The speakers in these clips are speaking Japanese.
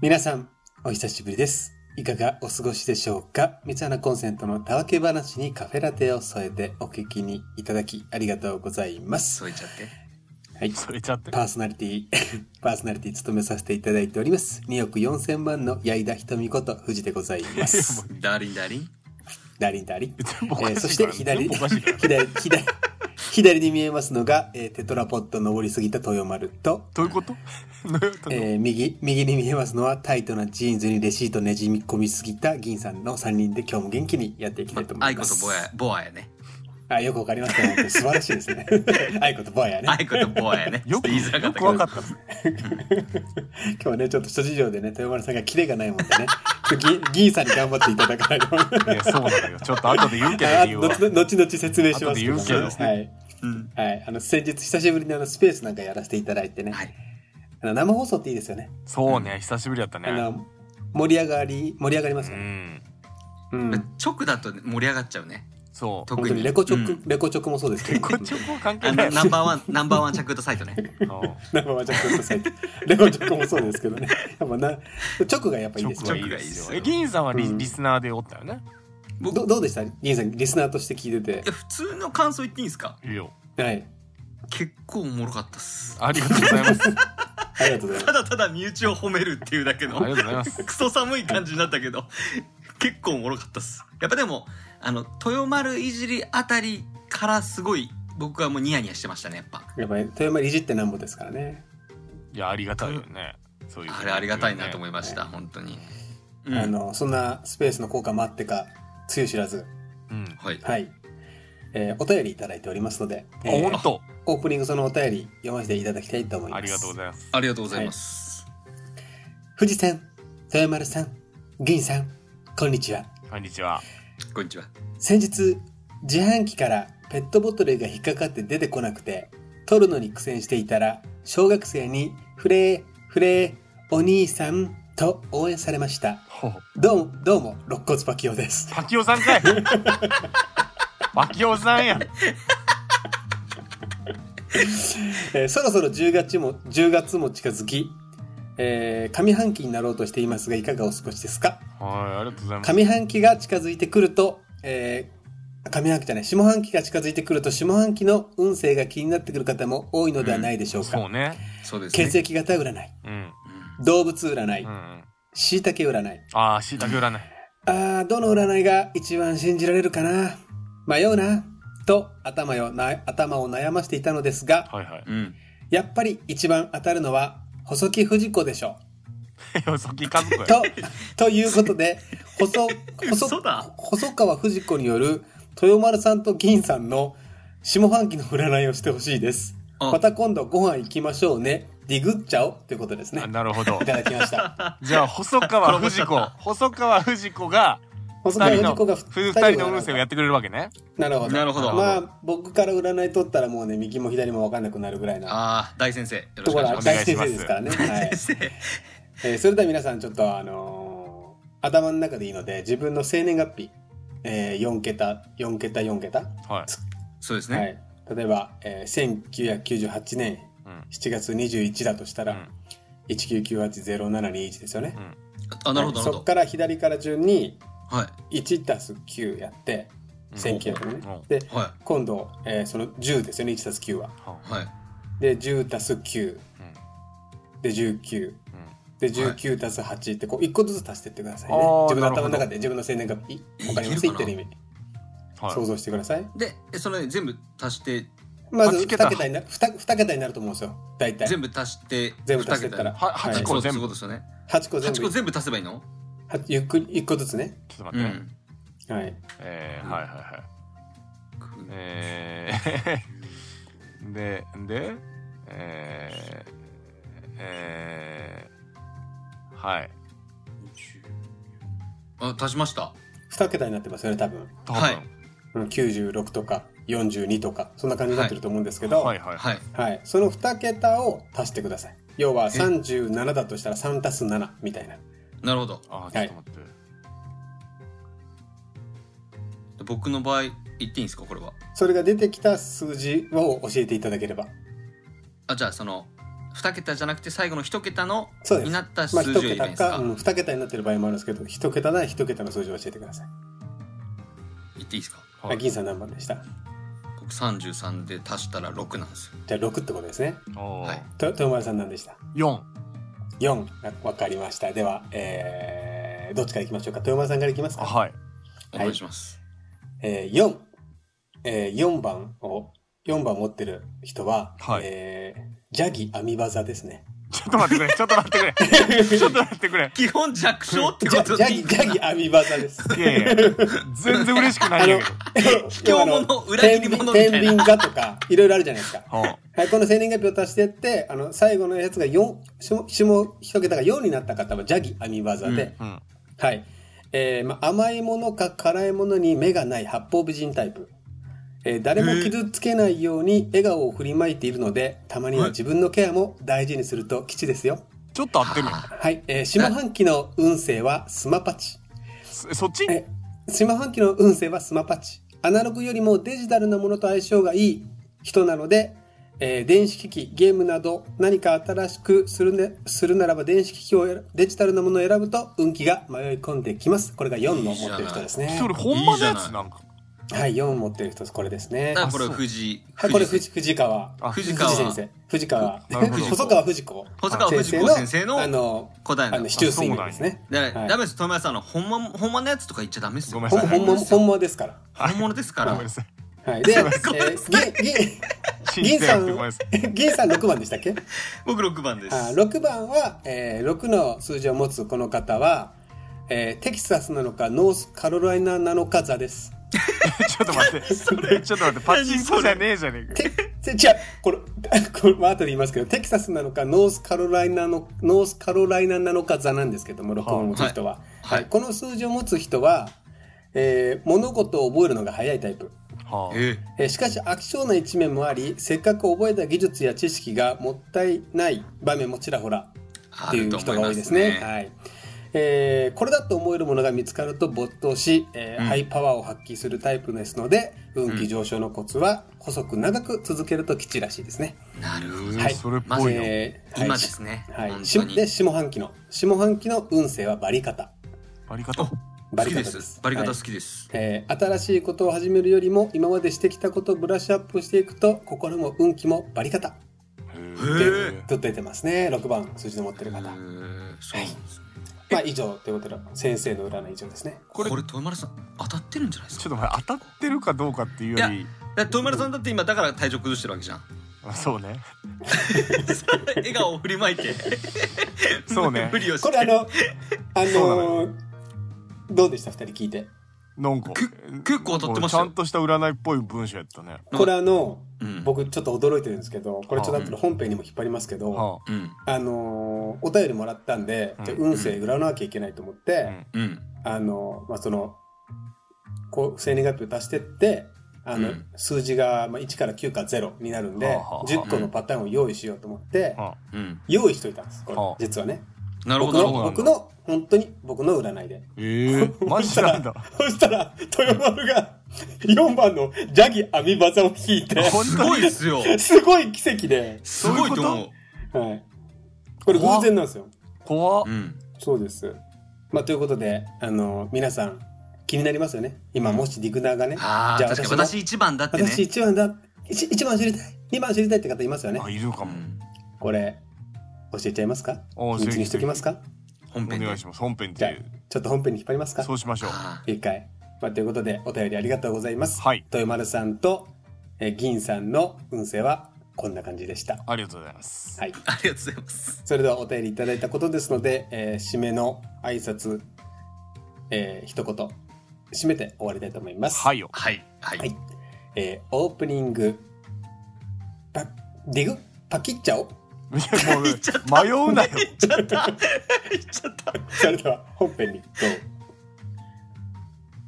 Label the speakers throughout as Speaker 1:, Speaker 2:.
Speaker 1: 皆さん、お久しぶりです。いかがお過ごしでしょうか三つ穴コンセントのたわけ話にカフェラテを添えてお聞きにいただきありがとうございます。
Speaker 2: 添えちゃって。
Speaker 1: はい。
Speaker 3: それちゃって。
Speaker 1: パーソナリティ、 パーソナリティ務めさせていただいております。2億4千万の矢井田瞳こと藤でござい ます。
Speaker 2: ダーリンダーリン。
Speaker 1: ダーリンダーリン。
Speaker 3: 全部おかし
Speaker 1: え
Speaker 3: いから
Speaker 1: ーそして左
Speaker 3: 全部おかしいから
Speaker 1: 左、左、左に見えますのが、えーテトラポット登りすぎた豊丸と、
Speaker 3: どういうこと どういうこと
Speaker 1: えー右、右に見えますのはタイトなジーンズにレシートねじみ込みすぎた銀さんの3人で今日も元気にやっていきたいと思
Speaker 2: ア
Speaker 1: い
Speaker 2: イ
Speaker 1: ま
Speaker 2: コと
Speaker 1: す。
Speaker 2: ボア、ボアやね。
Speaker 1: あ、よくわかりましたね。素晴らしいですね。アイコとボアやね。
Speaker 2: アイコとボアやね。
Speaker 3: よく、
Speaker 2: ちょっと言いづらか
Speaker 3: よ
Speaker 2: った
Speaker 3: く
Speaker 2: けど
Speaker 3: わかった。
Speaker 1: 今日はね、ちょっと諸事情でね、豊丸さんがキレがないもんでね、ちょっとぎ銀さんに頑張っていただかないと。
Speaker 3: いや、そうなのよ。ちょっと後で言うけど、
Speaker 1: あ
Speaker 3: 理由
Speaker 1: 後
Speaker 3: は。
Speaker 1: 々後々説明しますけど、
Speaker 3: 後で言うけど
Speaker 1: はい、
Speaker 2: うん。
Speaker 1: はい、あの先日久しぶりにあのスペースなんかやらせていただいてね、
Speaker 2: はい。
Speaker 1: あの生放送っていいですよね
Speaker 3: そうね、久しぶりだった
Speaker 1: あ
Speaker 3: ね。
Speaker 1: の盛り上がり盛り上がります
Speaker 3: う
Speaker 1: よね、
Speaker 3: ん。
Speaker 1: うん
Speaker 2: 直だと盛り上がっちゃうね。
Speaker 3: そう。
Speaker 1: 本
Speaker 2: 特
Speaker 1: 当に
Speaker 2: に。
Speaker 1: レコチョク、
Speaker 2: うん
Speaker 1: レコチョクもそうですけど
Speaker 3: こっちは関係
Speaker 2: あ
Speaker 3: ない
Speaker 2: の ナ
Speaker 3: よ。
Speaker 2: ンバーワン、ナンバーワン着とサイトね。
Speaker 3: うん
Speaker 1: 生はちょっとさレコチョクもそうですけどね やっぱなチョクがやっぱいい
Speaker 3: 直
Speaker 1: です
Speaker 3: は
Speaker 1: ね
Speaker 3: いいで
Speaker 2: 直が
Speaker 3: すよ。
Speaker 2: いいですよ
Speaker 3: え、銀さんはリ,、
Speaker 1: うん
Speaker 3: リスナーでおったよね。
Speaker 2: 僕、
Speaker 1: ど
Speaker 2: い
Speaker 1: どうでした銀さんリスナーとして聞いて
Speaker 2: や、普通の感想言っていいんですか
Speaker 3: いいよ。
Speaker 1: てはい
Speaker 2: 結構おもろかったっす。
Speaker 3: ありがとうござ います。
Speaker 1: ありがとうございま
Speaker 2: ただただ身内を褒めるっていうだけの
Speaker 3: ありがとうございます
Speaker 2: クソ寒い感じになったけど結構おもろかったっすやっぱでもあの豊丸いじりあたりからすごい僕はもうニヤニヤしてましたねやっぱ
Speaker 1: すやっぱり富山いじってなんぼですからね、
Speaker 3: いや、ありがたいよね。そういう、
Speaker 2: あれありがたいなと思
Speaker 3: い
Speaker 2: いました、本当に、うん、
Speaker 1: あのそんなスペースの効果もあってかつゆ知らず
Speaker 3: うん。
Speaker 2: はい
Speaker 1: はい、えーお便りいただいておりますので、え
Speaker 3: お
Speaker 1: ー
Speaker 3: っと、
Speaker 1: オープニングそのお便り読ませていただきたいと思います。
Speaker 3: ありがとうございます。
Speaker 2: ありがとうございます、
Speaker 1: 富士山、豊丸さん、銀さん、こんにちは。
Speaker 3: こんにちは。
Speaker 2: こんにちは
Speaker 1: 先日、自販機からペットボトルが引っかかって出てこなくて、取るのに苦戦していたら、小学生に、フレー、フレー、お兄さん、と応援されました。
Speaker 3: ほう
Speaker 1: どうも、どうも、肋骨パキオです。
Speaker 3: パキオさんかいパキオさんやん。
Speaker 1: えーそろそろ10月も、10月も近づき、えー上半期になろうとしていますが、いかがお過ごしですか
Speaker 3: はい、ありがとうございます。
Speaker 1: 上半期が近づいてくると、えー上半期じゃない、下半期が近づいてくると、下半期の運勢が気になってくる方も多いのではないでしょうか。
Speaker 3: そうね。
Speaker 2: そうですね
Speaker 1: 血液型占い、
Speaker 3: うん。
Speaker 2: うん
Speaker 1: 動物占
Speaker 3: う
Speaker 1: い
Speaker 3: んう、ん。
Speaker 1: しいたけ占い。
Speaker 3: ああ、しいたけ占い。
Speaker 1: あー、どの占いが一番信じられるかな迷うな。と頭をな頭を悩ましていたのですが、
Speaker 3: はいはい。
Speaker 2: うん、
Speaker 1: やっぱり一番当たるのは、細木藤子でしょ
Speaker 3: よそき家族
Speaker 1: う。
Speaker 3: や。
Speaker 1: と、ということで、細、細
Speaker 2: 嘘だ
Speaker 1: 細川藤子による豊丸さんと銀さんの下半期の占いをしてほしいです。
Speaker 2: あ
Speaker 1: また今度ご飯行きましょうね。ディグっちゃおうということですね
Speaker 3: あ。なるほど
Speaker 1: い。ただきました。
Speaker 3: じゃあ、細川藤子。細川藤子が、
Speaker 1: 細川
Speaker 3: 二人
Speaker 1: 藤
Speaker 3: の、
Speaker 1: 子が
Speaker 3: 二人の運勢をや
Speaker 1: や
Speaker 3: ってくれるわけね。
Speaker 1: なるほど。
Speaker 2: なるほど
Speaker 1: まあ僕から占い取ったらもうね右も左も分かんなくなるぐらいな
Speaker 2: ああ大先生よろ
Speaker 1: と
Speaker 2: しく
Speaker 1: こ
Speaker 2: お
Speaker 1: ろ
Speaker 2: 願い
Speaker 1: は
Speaker 2: し
Speaker 3: お
Speaker 2: ます
Speaker 1: 大
Speaker 3: 願い
Speaker 1: 先生です
Speaker 3: します
Speaker 1: からね。はい
Speaker 2: 大。先生
Speaker 1: えーそれでは皆さんちょっとあのー頭の中でいいので自分の生年月日、えー、4桁4桁4桁
Speaker 3: はい。
Speaker 2: そうですね、
Speaker 1: はい、例えば、えー、1998年
Speaker 3: うん。
Speaker 1: 7月21だとした
Speaker 3: う
Speaker 1: ら、
Speaker 3: ん。
Speaker 1: 19980721ですよね
Speaker 3: う。ん
Speaker 2: あなるほど
Speaker 1: はい
Speaker 2: なる
Speaker 1: そ
Speaker 2: ほ
Speaker 1: っから左から順に
Speaker 2: どはい
Speaker 1: 1たす9やって、
Speaker 3: うん
Speaker 1: 1900ね。
Speaker 3: うん
Speaker 1: で、
Speaker 2: は
Speaker 1: 今度、えーその10ですよね、1たす9は。
Speaker 2: いはい
Speaker 1: で、10たす9、で19、
Speaker 3: うん
Speaker 1: で、19足す8って、こう、1個ずつ足してってくださいね。
Speaker 3: あー
Speaker 1: 自分の
Speaker 3: なる
Speaker 1: 頭
Speaker 3: ほ
Speaker 1: の
Speaker 3: ど
Speaker 1: 中で自分の生年月日、わかります言っ
Speaker 2: いけるかな
Speaker 1: てる意味。
Speaker 3: はい。
Speaker 1: 想像してください。
Speaker 2: でえそれ全部足して
Speaker 1: まず
Speaker 3: 八
Speaker 1: 2
Speaker 3: 桁
Speaker 1: 桁にな、2, 桁になると思うんですよ、大体。
Speaker 2: 全部足して
Speaker 1: 全部足してったら
Speaker 2: 二
Speaker 3: は
Speaker 1: はい
Speaker 3: 八
Speaker 2: 桁そ
Speaker 3: 個
Speaker 2: うそうい
Speaker 3: 全
Speaker 2: う
Speaker 3: 部。
Speaker 2: こ
Speaker 3: ち
Speaker 2: とですよね
Speaker 1: 8個全
Speaker 2: 8
Speaker 1: 部
Speaker 2: 個、全部足せばいいの
Speaker 1: はゆっくり1個ずつね。
Speaker 3: ょっと
Speaker 2: う
Speaker 3: 待ってね。
Speaker 2: ん
Speaker 1: はい。
Speaker 3: えー、はいはいはい。えー、で、で、えー、えー、はい。
Speaker 2: あ足しました
Speaker 1: 2桁になってますよね、多分。
Speaker 3: 多分
Speaker 2: はい
Speaker 1: うん96とか42とかそんな感じになってると思うんですけど、は
Speaker 3: はいいはい。
Speaker 2: はい
Speaker 1: その2桁を足してください要は37だとしたら3足す7みたいな
Speaker 2: なるほど
Speaker 3: あー、ちょっと待って。
Speaker 2: 僕の場合言っていいんですかこれは
Speaker 1: それが出てきた数字を教えていただければ
Speaker 2: あじゃあその2桁じゃなくて最後の1桁の
Speaker 1: そうです
Speaker 2: になった
Speaker 1: まあ、
Speaker 2: 数字
Speaker 1: 1
Speaker 2: を言えばいいん
Speaker 1: 桁
Speaker 2: です
Speaker 1: か、
Speaker 2: か、
Speaker 1: うん、2桁になってる場合もあるんですけど、1桁なら1桁の数字を教えてください。
Speaker 2: 言っていいですか
Speaker 1: あ銀さん何番でした
Speaker 2: 僕33で足したら6なんですよ
Speaker 1: じゃあ6ってことですね。
Speaker 3: おー
Speaker 2: はい
Speaker 1: と豊丸さん何でした
Speaker 3: 四。
Speaker 1: ?4。あわかりました。では、えー、どっちからいきましょうか。豊丸さんからいきます
Speaker 3: あ
Speaker 1: か。
Speaker 3: はい。
Speaker 2: お願いします、
Speaker 1: えー、4。えー、4番を、4番持ってる人は、
Speaker 3: はい
Speaker 1: えー、ジャギ網バザですね。
Speaker 3: ちょっと待ってくれ。ちょっと待ってく れ。ちょっと待ってくれ。
Speaker 2: 基本弱小って
Speaker 1: ジ
Speaker 2: こ
Speaker 1: ャ
Speaker 2: と
Speaker 1: ジ
Speaker 2: で
Speaker 1: ャ
Speaker 2: い
Speaker 1: ギ、
Speaker 2: いん
Speaker 1: ジ
Speaker 2: か
Speaker 1: ャ
Speaker 2: な
Speaker 1: ギ網バザ です。
Speaker 3: いやいや。全然嬉しくないんやけど。
Speaker 1: 卑
Speaker 2: 怯者裏切り者みたいな
Speaker 1: 天秤座とか、いろいろあるじゃないですか。
Speaker 3: ほう
Speaker 1: はい、この生年月日を足してって、あの、最後のやつが四下、下一桁が4になった方は、ジャギ網バザで、
Speaker 2: うん
Speaker 3: うん。
Speaker 1: はい。えーまあ、甘いものか辛いものに目がない八方美人タイプ。えー誰も傷つけないように笑顔を振りまいているので、たまには自分のケアも大事にすると吉ですよ。
Speaker 3: ちょっと合ってるやん。
Speaker 1: はい。えー下半期の運勢はスマパチ。
Speaker 3: そそっち
Speaker 1: え下半期の運勢はスマパチ。アナログよりもデジタルなものと相性がいい人なので、えー電子機器、ゲームなど何か新しくする,、ね、するならば電子機器を選デジタルなものを選ぶと運気が迷い込んできます。これが4の持ってる人ですね。
Speaker 3: それほんまのやつなんか。
Speaker 1: はい、4持ってる人、これですね
Speaker 2: だ。 から
Speaker 1: は
Speaker 2: これ藤井
Speaker 1: い、これ
Speaker 2: 藤
Speaker 1: 藤
Speaker 2: 井
Speaker 1: 藤川。
Speaker 3: あ
Speaker 2: 藤川
Speaker 1: 藤先生。藤川。
Speaker 3: なるほ ど
Speaker 1: 細川藤子。
Speaker 2: 細川藤子先生の
Speaker 1: あの、
Speaker 2: 答え
Speaker 1: あ
Speaker 2: なの
Speaker 1: の、市中水面ですね。
Speaker 2: だから、
Speaker 1: はい
Speaker 2: ダメです、富山さん、あの、ほんま、ほんまのやつとか言っちゃダメですよ。
Speaker 3: ごめん
Speaker 1: ほん
Speaker 3: なさい
Speaker 1: 本物、本物ですから。
Speaker 2: 本物ですか
Speaker 3: ご
Speaker 2: ら
Speaker 3: めん。なさい。
Speaker 1: はい。で、え
Speaker 3: すいま
Speaker 1: ー、銀、銀、
Speaker 3: 新鮮ってごめんなさ い。
Speaker 1: 銀さん6番でしたっけ
Speaker 2: 僕六番です。
Speaker 1: あ6番は、えー6の数字を持つこの方は、えーテキサスなのかノースカロライナなのか座です。
Speaker 3: ちょっと待って。ちょっと待って。パチンコじゃねえじゃねえか。
Speaker 1: てて違うこれ これまあ後で言いますけどテキサスなのかノースカロライナのノースカロライナなのか座なんですけども6番を持つ人は、
Speaker 2: はい
Speaker 1: この数字を持つ人は、えー物事を覚えるのが早いタイプ。
Speaker 3: は
Speaker 2: え
Speaker 1: えーしかし飽き性な一面もありせっかく覚えた技術や知識がもったいない場面もちらほら
Speaker 2: あ、
Speaker 1: っていう人が多いですね。はいえーこれだと思えるものが見つかると没頭し、えー
Speaker 2: うん
Speaker 1: ハイパワーを発揮するタイプですので運気上昇のコツは細く長く続けると吉らしいですね。
Speaker 2: なるほど。
Speaker 1: はい
Speaker 3: それっぽいよ。
Speaker 1: えーはい
Speaker 2: 今ですね。
Speaker 1: はい、し
Speaker 2: 本当に。
Speaker 1: で下半期の下半期の運勢はバリ方
Speaker 3: ありがとう。
Speaker 1: バ
Speaker 2: 好
Speaker 1: リ
Speaker 2: き
Speaker 1: 方
Speaker 2: で
Speaker 1: です
Speaker 2: す。バリ方好
Speaker 1: はい
Speaker 2: きです。
Speaker 1: えー新しいことを始めるよりも今までしてきたことをブラッシュアップしていくと心も運気もバリ方
Speaker 2: ー
Speaker 1: と出てますね6番数字で持ってる
Speaker 2: へ
Speaker 1: 方
Speaker 2: ーそうなんですね。
Speaker 1: まあ以上ということで先生の占い以上ですね
Speaker 2: こ
Speaker 3: こ
Speaker 2: れ、
Speaker 3: れ
Speaker 2: 豊丸さん、当たってるんじゃないです
Speaker 3: ちょ
Speaker 2: か。
Speaker 3: っと待って当たってるかどうかっていうより
Speaker 2: だって豊丸さんだって今、だから体調崩してるわけじゃん。
Speaker 3: あそうね
Speaker 2: 笑顔を振りまいて。
Speaker 3: そうね
Speaker 2: 無理をして。
Speaker 1: これあ の、あ
Speaker 3: そうな
Speaker 1: のどうでした二人聞いて。
Speaker 3: なんか
Speaker 2: け結構当たってましたよ
Speaker 3: ちゃんとした占いっぽい文章やったね、
Speaker 1: これあの、
Speaker 2: うん。
Speaker 1: 僕ちょっと驚いてるんですけど、これちょっと後で本編にも引っ張りますけど、
Speaker 3: は
Speaker 2: うん。
Speaker 1: あのお便りもらったんで、じゃあ
Speaker 3: うん
Speaker 1: 運勢占わなきゃいけないと思っ
Speaker 3: あ、う
Speaker 1: て、
Speaker 3: ん
Speaker 2: うん。
Speaker 1: あのまあその、こう、生年月日を足してって、あの、
Speaker 2: うん
Speaker 1: 数字がまあ1から9か0になるんで、
Speaker 3: はあはあはあ
Speaker 1: 10個のパターンを用意しようと思って、
Speaker 3: は
Speaker 2: うん。
Speaker 1: 用意しといたんです、これ、
Speaker 3: はあ
Speaker 1: 実はね。
Speaker 2: なるほ
Speaker 1: 僕
Speaker 2: ど、なる
Speaker 1: の、
Speaker 2: ほど。
Speaker 1: 僕の、本当に僕の占いで。
Speaker 3: ええー、マジなんだ
Speaker 1: そしたら、豊丸が4番のジャギ網バザを引いて、
Speaker 3: 本
Speaker 2: す
Speaker 3: 当
Speaker 2: ごい
Speaker 3: に
Speaker 2: ですよ。
Speaker 1: すごい奇跡で、
Speaker 2: すごいと思う。
Speaker 1: はい。これ偶然なんですよ。
Speaker 3: 怖っ
Speaker 2: うん。
Speaker 1: そうです。まあ、ということで、あの、皆さん、気になりますよね。今、もしディグナーがね、
Speaker 2: あ
Speaker 1: じ
Speaker 2: あ、
Speaker 1: ゃあ
Speaker 2: 確かに
Speaker 1: 私
Speaker 2: 私一番だってね。
Speaker 1: 私1番だ、1, 一番知りたい、2番知りたいって方いますよね
Speaker 3: あ。いるか
Speaker 2: う
Speaker 3: も
Speaker 2: ん
Speaker 1: これ、教えちゃいますか
Speaker 3: お
Speaker 1: 秘密にしときますか
Speaker 2: 本
Speaker 3: お
Speaker 2: 編で。
Speaker 3: 願いします本編
Speaker 1: じゃあ
Speaker 3: で、
Speaker 1: ちょっと本編に引っ張りますか
Speaker 3: そうしましょう
Speaker 2: あ
Speaker 1: 一回。まあ、ということで、お便りありがとうございます。
Speaker 3: はい
Speaker 1: 豊丸さんと、えー銀さんの運勢は、こんな感じでした。
Speaker 3: ありがとうございます
Speaker 1: はい。
Speaker 2: ーありがとうございます。
Speaker 1: それではお便りいただいたことですので、えー締めの挨拶、えー一言、締めて終わりたいと思います。
Speaker 3: はいよ
Speaker 2: はい、はい。
Speaker 1: はいえーオープニング、パディグパキッチャオ
Speaker 3: いや もう迷うなよ
Speaker 2: 言っちゃった。言っちゃった。
Speaker 1: それでは本編に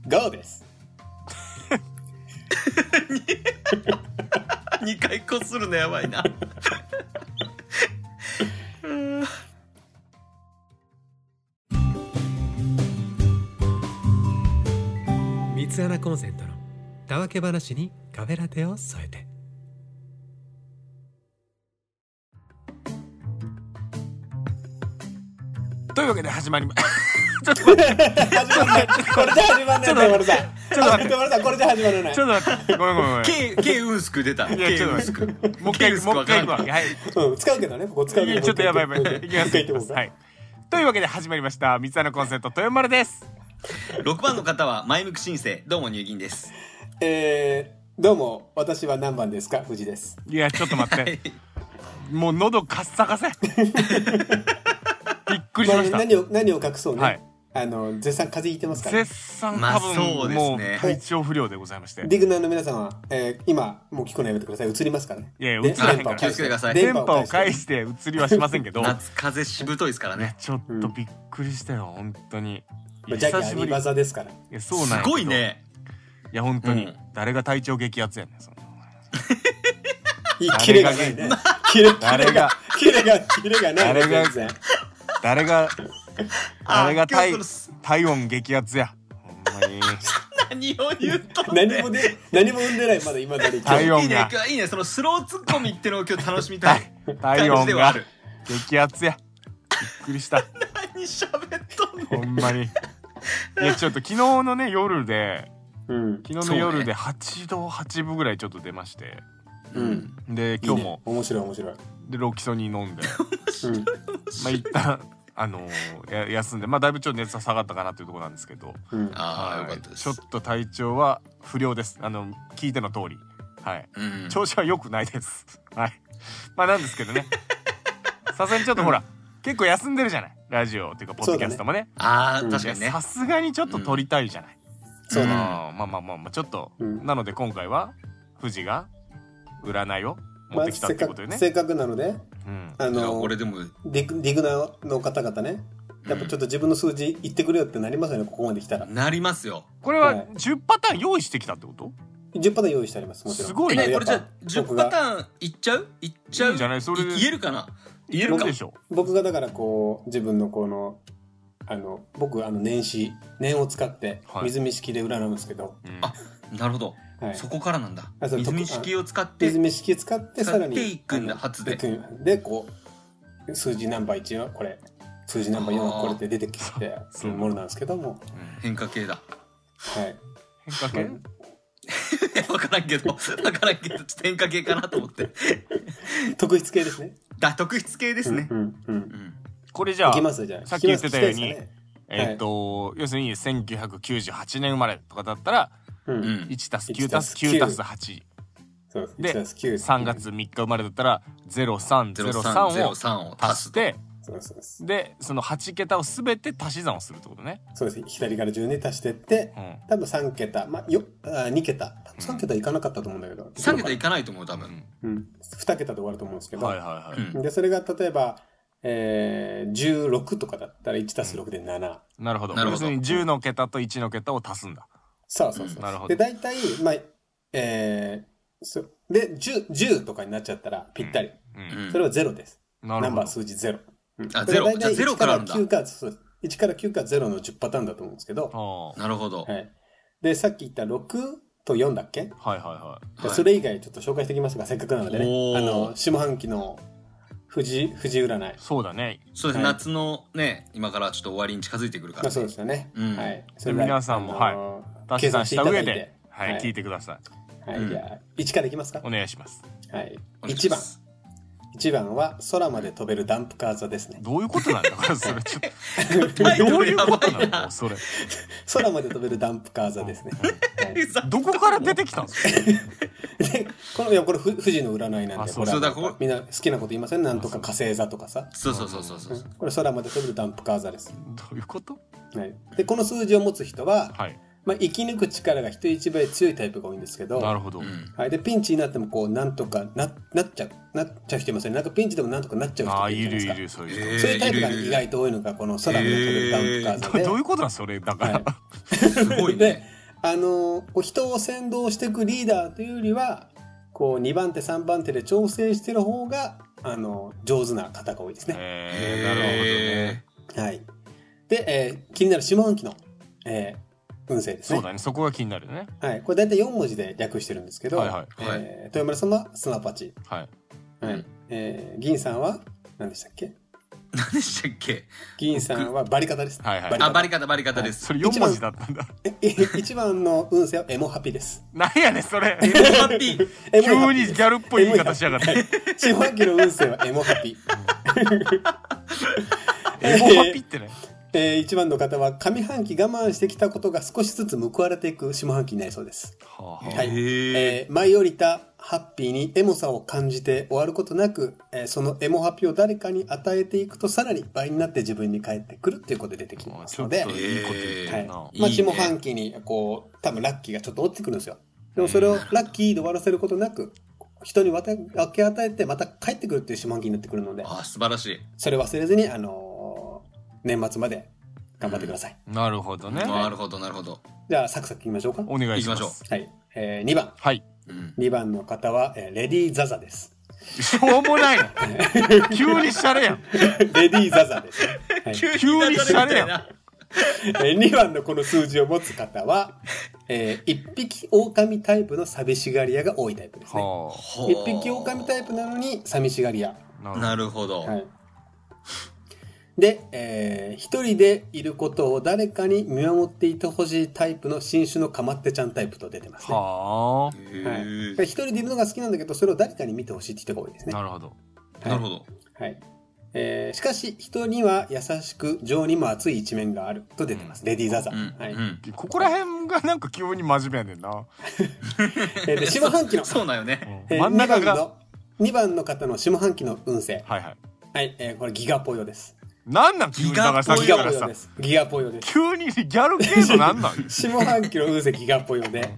Speaker 1: GO!GO です。
Speaker 2: 二回こするのやばいな。
Speaker 1: 三つ穴コンセントのたわけ話にカフェラテを添えて。
Speaker 3: というわけで始まりま ちょっと
Speaker 1: 始
Speaker 3: 待って
Speaker 1: まんないこれじゃ始まんない
Speaker 3: ち
Speaker 1: 歌丸さん
Speaker 3: ょっとちょっと待って
Speaker 1: 歌丸さんこれじゃ始まらない
Speaker 3: ちょっと待ってごめんごめんごめ ん
Speaker 2: K、K ウンスク出た。
Speaker 3: いや
Speaker 2: K
Speaker 3: ちょっ
Speaker 2: ウ
Speaker 3: と
Speaker 2: ンスク。
Speaker 3: もう一回
Speaker 2: K ウンス
Speaker 3: も
Speaker 2: ク
Speaker 3: う
Speaker 2: わ
Speaker 3: 一
Speaker 2: かん
Speaker 3: 回行く
Speaker 2: な
Speaker 3: わ
Speaker 2: い。
Speaker 3: はい
Speaker 1: うん使うけどねここ使うけど
Speaker 3: ちょっとやばいやばい
Speaker 1: もう一
Speaker 3: い
Speaker 1: 回
Speaker 3: きます
Speaker 1: もう一回行ってもう一回
Speaker 3: はいというわけで始まりました三つ穴コンセント豊丸です
Speaker 2: 6番の方は前向き申請。どうも入銀です。
Speaker 1: えーどうも私は何番ですか藤です
Speaker 3: いやちょっと待ってもう喉カッサ カサびっくりし
Speaker 1: まあ
Speaker 3: ました
Speaker 1: 何を何を隠そうね、
Speaker 3: はい
Speaker 1: あの絶賛風邪ひいてますから
Speaker 3: 絶賛
Speaker 2: まあ
Speaker 3: 多
Speaker 2: そう
Speaker 3: 分
Speaker 2: ですね
Speaker 3: もう体調不良でございまして
Speaker 1: ディグナーの皆さんは、えー今もう聞こえないやめてください映りますからね
Speaker 3: いやいや
Speaker 1: で
Speaker 3: 映らへんから
Speaker 1: 電波を介
Speaker 2: 気をつけてください
Speaker 1: 電
Speaker 3: 電
Speaker 1: 波
Speaker 3: 波
Speaker 1: を
Speaker 3: を
Speaker 1: 返
Speaker 3: 介
Speaker 1: して
Speaker 3: して移りはしませんけ ど
Speaker 2: 夏風邪しぶといですからね。
Speaker 3: ちょっとびっくりしたよ本当に
Speaker 1: まあジャ
Speaker 3: 久
Speaker 1: ギ
Speaker 3: し
Speaker 1: ア
Speaker 3: ぶ
Speaker 1: ニ
Speaker 3: り
Speaker 1: バザですから
Speaker 3: いやそうなんや
Speaker 2: す
Speaker 3: けど
Speaker 2: ごいね。
Speaker 3: いや本当
Speaker 2: う
Speaker 3: に
Speaker 2: ん
Speaker 3: 誰が体調激アツやねんその
Speaker 1: いいキレがないねキレキレ
Speaker 3: 誰
Speaker 1: が
Speaker 3: が
Speaker 1: キレがキレがないね
Speaker 3: 誰が
Speaker 1: 全然
Speaker 3: 誰が
Speaker 2: あ
Speaker 3: 誰が体
Speaker 2: 今日そ
Speaker 3: 体温激アツやほんまに
Speaker 2: 何を言うとんねん
Speaker 1: 何もで何も生んでないまだ今ま で
Speaker 3: 体温
Speaker 2: いいね
Speaker 3: が。
Speaker 2: いいね。そのスローツッコミってのを今日楽しみた
Speaker 3: 体
Speaker 2: い。
Speaker 3: 体
Speaker 2: 感じ
Speaker 3: 温
Speaker 2: ではあ
Speaker 3: が
Speaker 2: る
Speaker 3: 激アツやびっくりした
Speaker 2: 何喋っとんねん
Speaker 3: ほんまにいやちょっと昨日のね夜で
Speaker 1: うん
Speaker 3: 昨日の夜で8度8分ぐらいちょっと出まして
Speaker 1: うん
Speaker 3: で
Speaker 1: いい
Speaker 3: 今
Speaker 1: ね
Speaker 3: 日も
Speaker 1: 面白い面白い
Speaker 3: でロキソニン飲んで
Speaker 1: うん
Speaker 3: まあ一旦 あのーや休んでまあだいぶちょっと熱は下がったかなというところなんですけど
Speaker 1: うん
Speaker 2: ああ、よ
Speaker 3: は
Speaker 2: かっ
Speaker 3: い
Speaker 2: たです。
Speaker 3: ちょっと体調は不良ですあの聞いての通りはい
Speaker 2: うん
Speaker 3: 調子は良くないです はいまあなんですけどね さすがにちょっとほら結構休んでるじゃないラジオっていうかポッドキャストもね
Speaker 2: あ
Speaker 1: う
Speaker 2: あ、
Speaker 1: ん
Speaker 2: 確かにね
Speaker 3: さ。すがにちょっと撮りたいじゃない、
Speaker 1: そう
Speaker 3: うん
Speaker 1: ね
Speaker 3: まあまあまあまあちょっと、
Speaker 1: うん
Speaker 3: なので今回は富士が占いを持
Speaker 1: まあ
Speaker 3: ってきたっ
Speaker 1: せってか
Speaker 3: ことよ
Speaker 1: く
Speaker 3: ね、
Speaker 1: せっかくなので
Speaker 3: うん、
Speaker 1: あ
Speaker 2: いや
Speaker 1: の
Speaker 2: 俺でも、
Speaker 1: ディグディグナーの方々ねやっぱちょっと自分の数字言ってくれよってなりますよねここまで来たら
Speaker 2: なりますよ。
Speaker 3: これは10パターン用意してきたってこと
Speaker 1: 10パターン用意してありますもちろん
Speaker 3: すごいね
Speaker 2: え、これじゃあ10
Speaker 1: 僕
Speaker 2: パ
Speaker 1: が
Speaker 2: ターンいっちゃういっちゃう
Speaker 3: いいんじゃないそれで
Speaker 2: 言えるかな言えるか
Speaker 3: でしょ
Speaker 1: 僕がだからこう自分のこのあの僕あの年始年を使って
Speaker 3: はい
Speaker 1: 水見式で占うんですけど、
Speaker 3: う、うん
Speaker 2: あなるほど。
Speaker 1: はい
Speaker 2: そこからなんだ。
Speaker 1: あそう
Speaker 2: 水見式を使って
Speaker 1: 水、見式使ってさらに
Speaker 2: 使っていくんだ
Speaker 1: あの
Speaker 2: 初で
Speaker 1: いくんでこう数字ナンバー1はこれ数字ナンバー4はこれって出てきて
Speaker 3: そう
Speaker 1: するものなんですけども、
Speaker 3: うん
Speaker 2: 変化系だ。
Speaker 1: はい、
Speaker 3: 変化系
Speaker 2: いやわからんけど、わからんけど、ちょっと変化系かなと思って。
Speaker 1: 特筆系ですね。
Speaker 2: だ、特筆系ですね
Speaker 1: う。んうんうん
Speaker 2: うん。
Speaker 3: これじゃ
Speaker 1: い
Speaker 3: あ
Speaker 1: きますじゃあ
Speaker 3: さっき言ってたように
Speaker 1: 聞きます
Speaker 3: えっ、と、要するに1998年生まれとかだったら
Speaker 1: 聞きますかね
Speaker 2: う
Speaker 1: うん
Speaker 2: ん。
Speaker 3: 1たす
Speaker 1: 1
Speaker 3: 9たす9たす8
Speaker 1: そうす
Speaker 3: で
Speaker 1: 1足す9
Speaker 3: 3月3日生まれだったら0303
Speaker 2: 03
Speaker 3: を
Speaker 2: 03を
Speaker 3: 足
Speaker 2: 足
Speaker 3: し
Speaker 2: すと。
Speaker 3: て
Speaker 1: そうですそうです
Speaker 3: でその8桁を全て足し算をするってことね、
Speaker 1: そうです左から順に足してって
Speaker 3: うん、
Speaker 1: 多分3桁、まあ、よあ2桁多分3桁いかなかったと思うんだけど、
Speaker 2: 3桁いかないと思う、多分。
Speaker 1: うん、2桁で終わると思うんですけど、
Speaker 3: はいはいはい、
Speaker 2: うん
Speaker 1: でそれが例えば、えー、16とかだったら1たす6で7、
Speaker 3: なるほど
Speaker 2: なるほ
Speaker 3: 要す
Speaker 2: ど
Speaker 3: るに10の桁と1の桁を足すんだ
Speaker 1: そうそうそう、
Speaker 3: なるほ
Speaker 1: で
Speaker 3: ど
Speaker 1: 大体、まあえー、そで 10, 10とかになっちゃったらぴったり、
Speaker 3: う
Speaker 2: うんん
Speaker 1: それは0です
Speaker 3: な
Speaker 1: ナ
Speaker 3: る
Speaker 1: ン
Speaker 3: ほ
Speaker 1: バー
Speaker 3: ど
Speaker 1: 数字0、うん
Speaker 2: あ
Speaker 1: これ
Speaker 2: 0
Speaker 1: 大体
Speaker 2: じゃあ0からなんだ
Speaker 1: 1から9かそうです1から9か0の10パターンだと思うんですけど、は
Speaker 3: あ
Speaker 2: なるほど。
Speaker 1: い、でさっき言った6と4だっけ
Speaker 3: あはいは
Speaker 2: はい
Speaker 1: それ以外ちょっと紹介していきますがせっかくなのでね
Speaker 2: おー
Speaker 1: あの下半期の富士富士占い
Speaker 3: い、そうだね
Speaker 2: そうで
Speaker 1: は
Speaker 2: す、
Speaker 1: い
Speaker 2: 夏のね、今からちょっと終わりに近づいてくるか
Speaker 1: ま
Speaker 2: ら
Speaker 1: あ、そうですよね、
Speaker 2: うん
Speaker 1: はい
Speaker 3: で皆さんも
Speaker 1: あのー
Speaker 3: 足し算した上
Speaker 1: 計算していただい
Speaker 3: で
Speaker 1: て、
Speaker 3: はい
Speaker 1: はい
Speaker 3: 聞いてください
Speaker 1: はい
Speaker 2: うん
Speaker 1: じゃあ1からいきますか
Speaker 3: お願いします
Speaker 1: はい
Speaker 2: お願い
Speaker 1: 1
Speaker 2: し ま
Speaker 1: 番
Speaker 2: す
Speaker 1: 1番は空まで飛べるダンプカー座です ね
Speaker 3: どういうことなんだこ れそれちょっと
Speaker 2: タイトル
Speaker 3: どういうこと
Speaker 2: やば
Speaker 3: ないの
Speaker 2: な
Speaker 3: それ
Speaker 1: 空まで飛べるダンプカー座ですね、はい
Speaker 3: どこから出てきたんですか
Speaker 1: でこのいやこれふ富士の占いなん
Speaker 3: あ
Speaker 1: で
Speaker 3: そう
Speaker 2: そうだ
Speaker 1: ほら
Speaker 2: ここ
Speaker 1: みんな好きなこと言いませんなんとか火星座とかさ
Speaker 2: そうそうそうそうそううん
Speaker 1: これ空まで飛べるダンプカー座です、
Speaker 3: どういうこと
Speaker 1: はい、でこの数字を持つ人は、
Speaker 3: はい
Speaker 1: まあ、生き抜く力が人一倍強いタイプが多いんですけど
Speaker 3: なるほど、
Speaker 2: うん
Speaker 1: はい、でピンチになってもこうなんとかななっちゃうなっちゃう人いますよねなんかピンチでもなんとかなっちゃう人
Speaker 3: ああ
Speaker 1: って
Speaker 3: い
Speaker 1: いる
Speaker 3: る
Speaker 1: じゃ
Speaker 3: い
Speaker 1: ないで
Speaker 3: る
Speaker 1: す
Speaker 3: そう
Speaker 2: え
Speaker 3: いう
Speaker 2: ー
Speaker 1: かそういうタイプが意外と多いのがこの空の飛べるダンプカー
Speaker 3: 人、
Speaker 1: ザで、
Speaker 3: どういうことなんそれだから、
Speaker 1: はい
Speaker 2: すごい
Speaker 1: で
Speaker 2: ね。
Speaker 1: あのーこう人を先導していくリーダーというよりはこう2番手3番手で調整してる方が、あのー上手な方が多いです ね。
Speaker 3: えー、なるほどね。
Speaker 1: はい、で、えー気になる下半期の、えー運勢ですね
Speaker 3: そうだね、そこが気になるね。
Speaker 1: はい、これ大体4文字で略してるんですけど、
Speaker 3: はいはい
Speaker 2: はい
Speaker 1: えー豊村さんはスナパチ、
Speaker 3: はい。
Speaker 1: はい
Speaker 2: うん
Speaker 1: えー銀さんは何でしたっけ
Speaker 2: 何でしたっけ
Speaker 1: 銀さんはバリカタです。
Speaker 3: はいはい
Speaker 2: あバリ方バリ方です、
Speaker 3: それ4文字だったんだ
Speaker 1: い一番の運勢はエモハピです。
Speaker 3: なんやねんそれ
Speaker 2: ハッピー
Speaker 1: エモハ
Speaker 3: 急
Speaker 1: ピ
Speaker 3: にギャルっぽい言い方しやがって
Speaker 1: 下半期の運勢はエモハピ。
Speaker 3: エモハピってね
Speaker 1: えー、一番の方は上半期我慢してきたことが少しずつ報われていく下半期になりそうです。
Speaker 3: はあ
Speaker 1: は
Speaker 3: はいあ
Speaker 2: へー
Speaker 1: えー舞い降りたハッピーにエモさを感じて終わることなく、えーそのエモハピを誰かに与えていくとさらに倍になって自分に返ってくるっていうことで出てきます
Speaker 3: ち
Speaker 1: の
Speaker 3: ょっとい
Speaker 1: で
Speaker 3: いこ、と言ってるな、
Speaker 1: はいいまあ、
Speaker 2: ね
Speaker 1: 下半期にこう多分ラッキーがちょっと落ちてくるんですよでもそれをラッキーで終わらせることなく人に分け分け与えてまた帰ってくるっていう下半期になってくるので
Speaker 2: あ素晴らしい
Speaker 1: それを忘れずに、あのー年末まで頑張ってください、
Speaker 3: なるほどね
Speaker 2: なるほどなるほど、
Speaker 1: じゃあサクサクいきましょうか
Speaker 3: お願いします
Speaker 2: 行きまし
Speaker 1: はい、えー、2番
Speaker 3: はい
Speaker 2: うん、
Speaker 1: 2番の方は、えーレディー・ザザです。
Speaker 3: しょうも ないな急にシャレやん
Speaker 1: レディー・ザザです、はい
Speaker 3: 急にシャレやん
Speaker 2: な
Speaker 1: えー、2番のこの数字を持つ方は、えー、1匹狼タイプの寂しがり屋が多いタイプですね。
Speaker 3: は
Speaker 1: 1匹狼タイプなのに寂しがり屋。
Speaker 3: あな
Speaker 2: なるほど、
Speaker 1: はい、で、えー、一人でいることを誰かに見守っていてほしいタイプの新種のかまってちゃんタイプと出てますね。
Speaker 2: へ
Speaker 3: は
Speaker 1: はい
Speaker 2: ー、
Speaker 1: 一人でいるのが好きなんだけど、それを誰かに見てほしいって人が多いです
Speaker 3: あ
Speaker 1: ね。
Speaker 3: なるほど
Speaker 2: なるほど
Speaker 1: はい。えーしかし、人には優しく、情にも熱い一面があると出てます。レディー・ザザ。
Speaker 2: うん、
Speaker 1: はい。
Speaker 2: うん、
Speaker 3: ここら辺がなんか急に真面目やねんな、
Speaker 1: えーで、下半期の、
Speaker 2: そうなんよね
Speaker 1: えー
Speaker 3: 真ん中
Speaker 1: 2番
Speaker 3: が
Speaker 1: の、2番の方の下半期の運勢。
Speaker 3: はいはい
Speaker 1: はい。えーこれギガポヨです。
Speaker 3: なんなん急にだからさっ
Speaker 1: ギ
Speaker 3: き
Speaker 1: ガ
Speaker 3: か
Speaker 1: ポ
Speaker 3: ら
Speaker 1: ヨ
Speaker 3: さ
Speaker 1: です。ギガポヨです。
Speaker 3: 急にギャル系度なんなん
Speaker 1: 下半期の運勢ギガポヨで。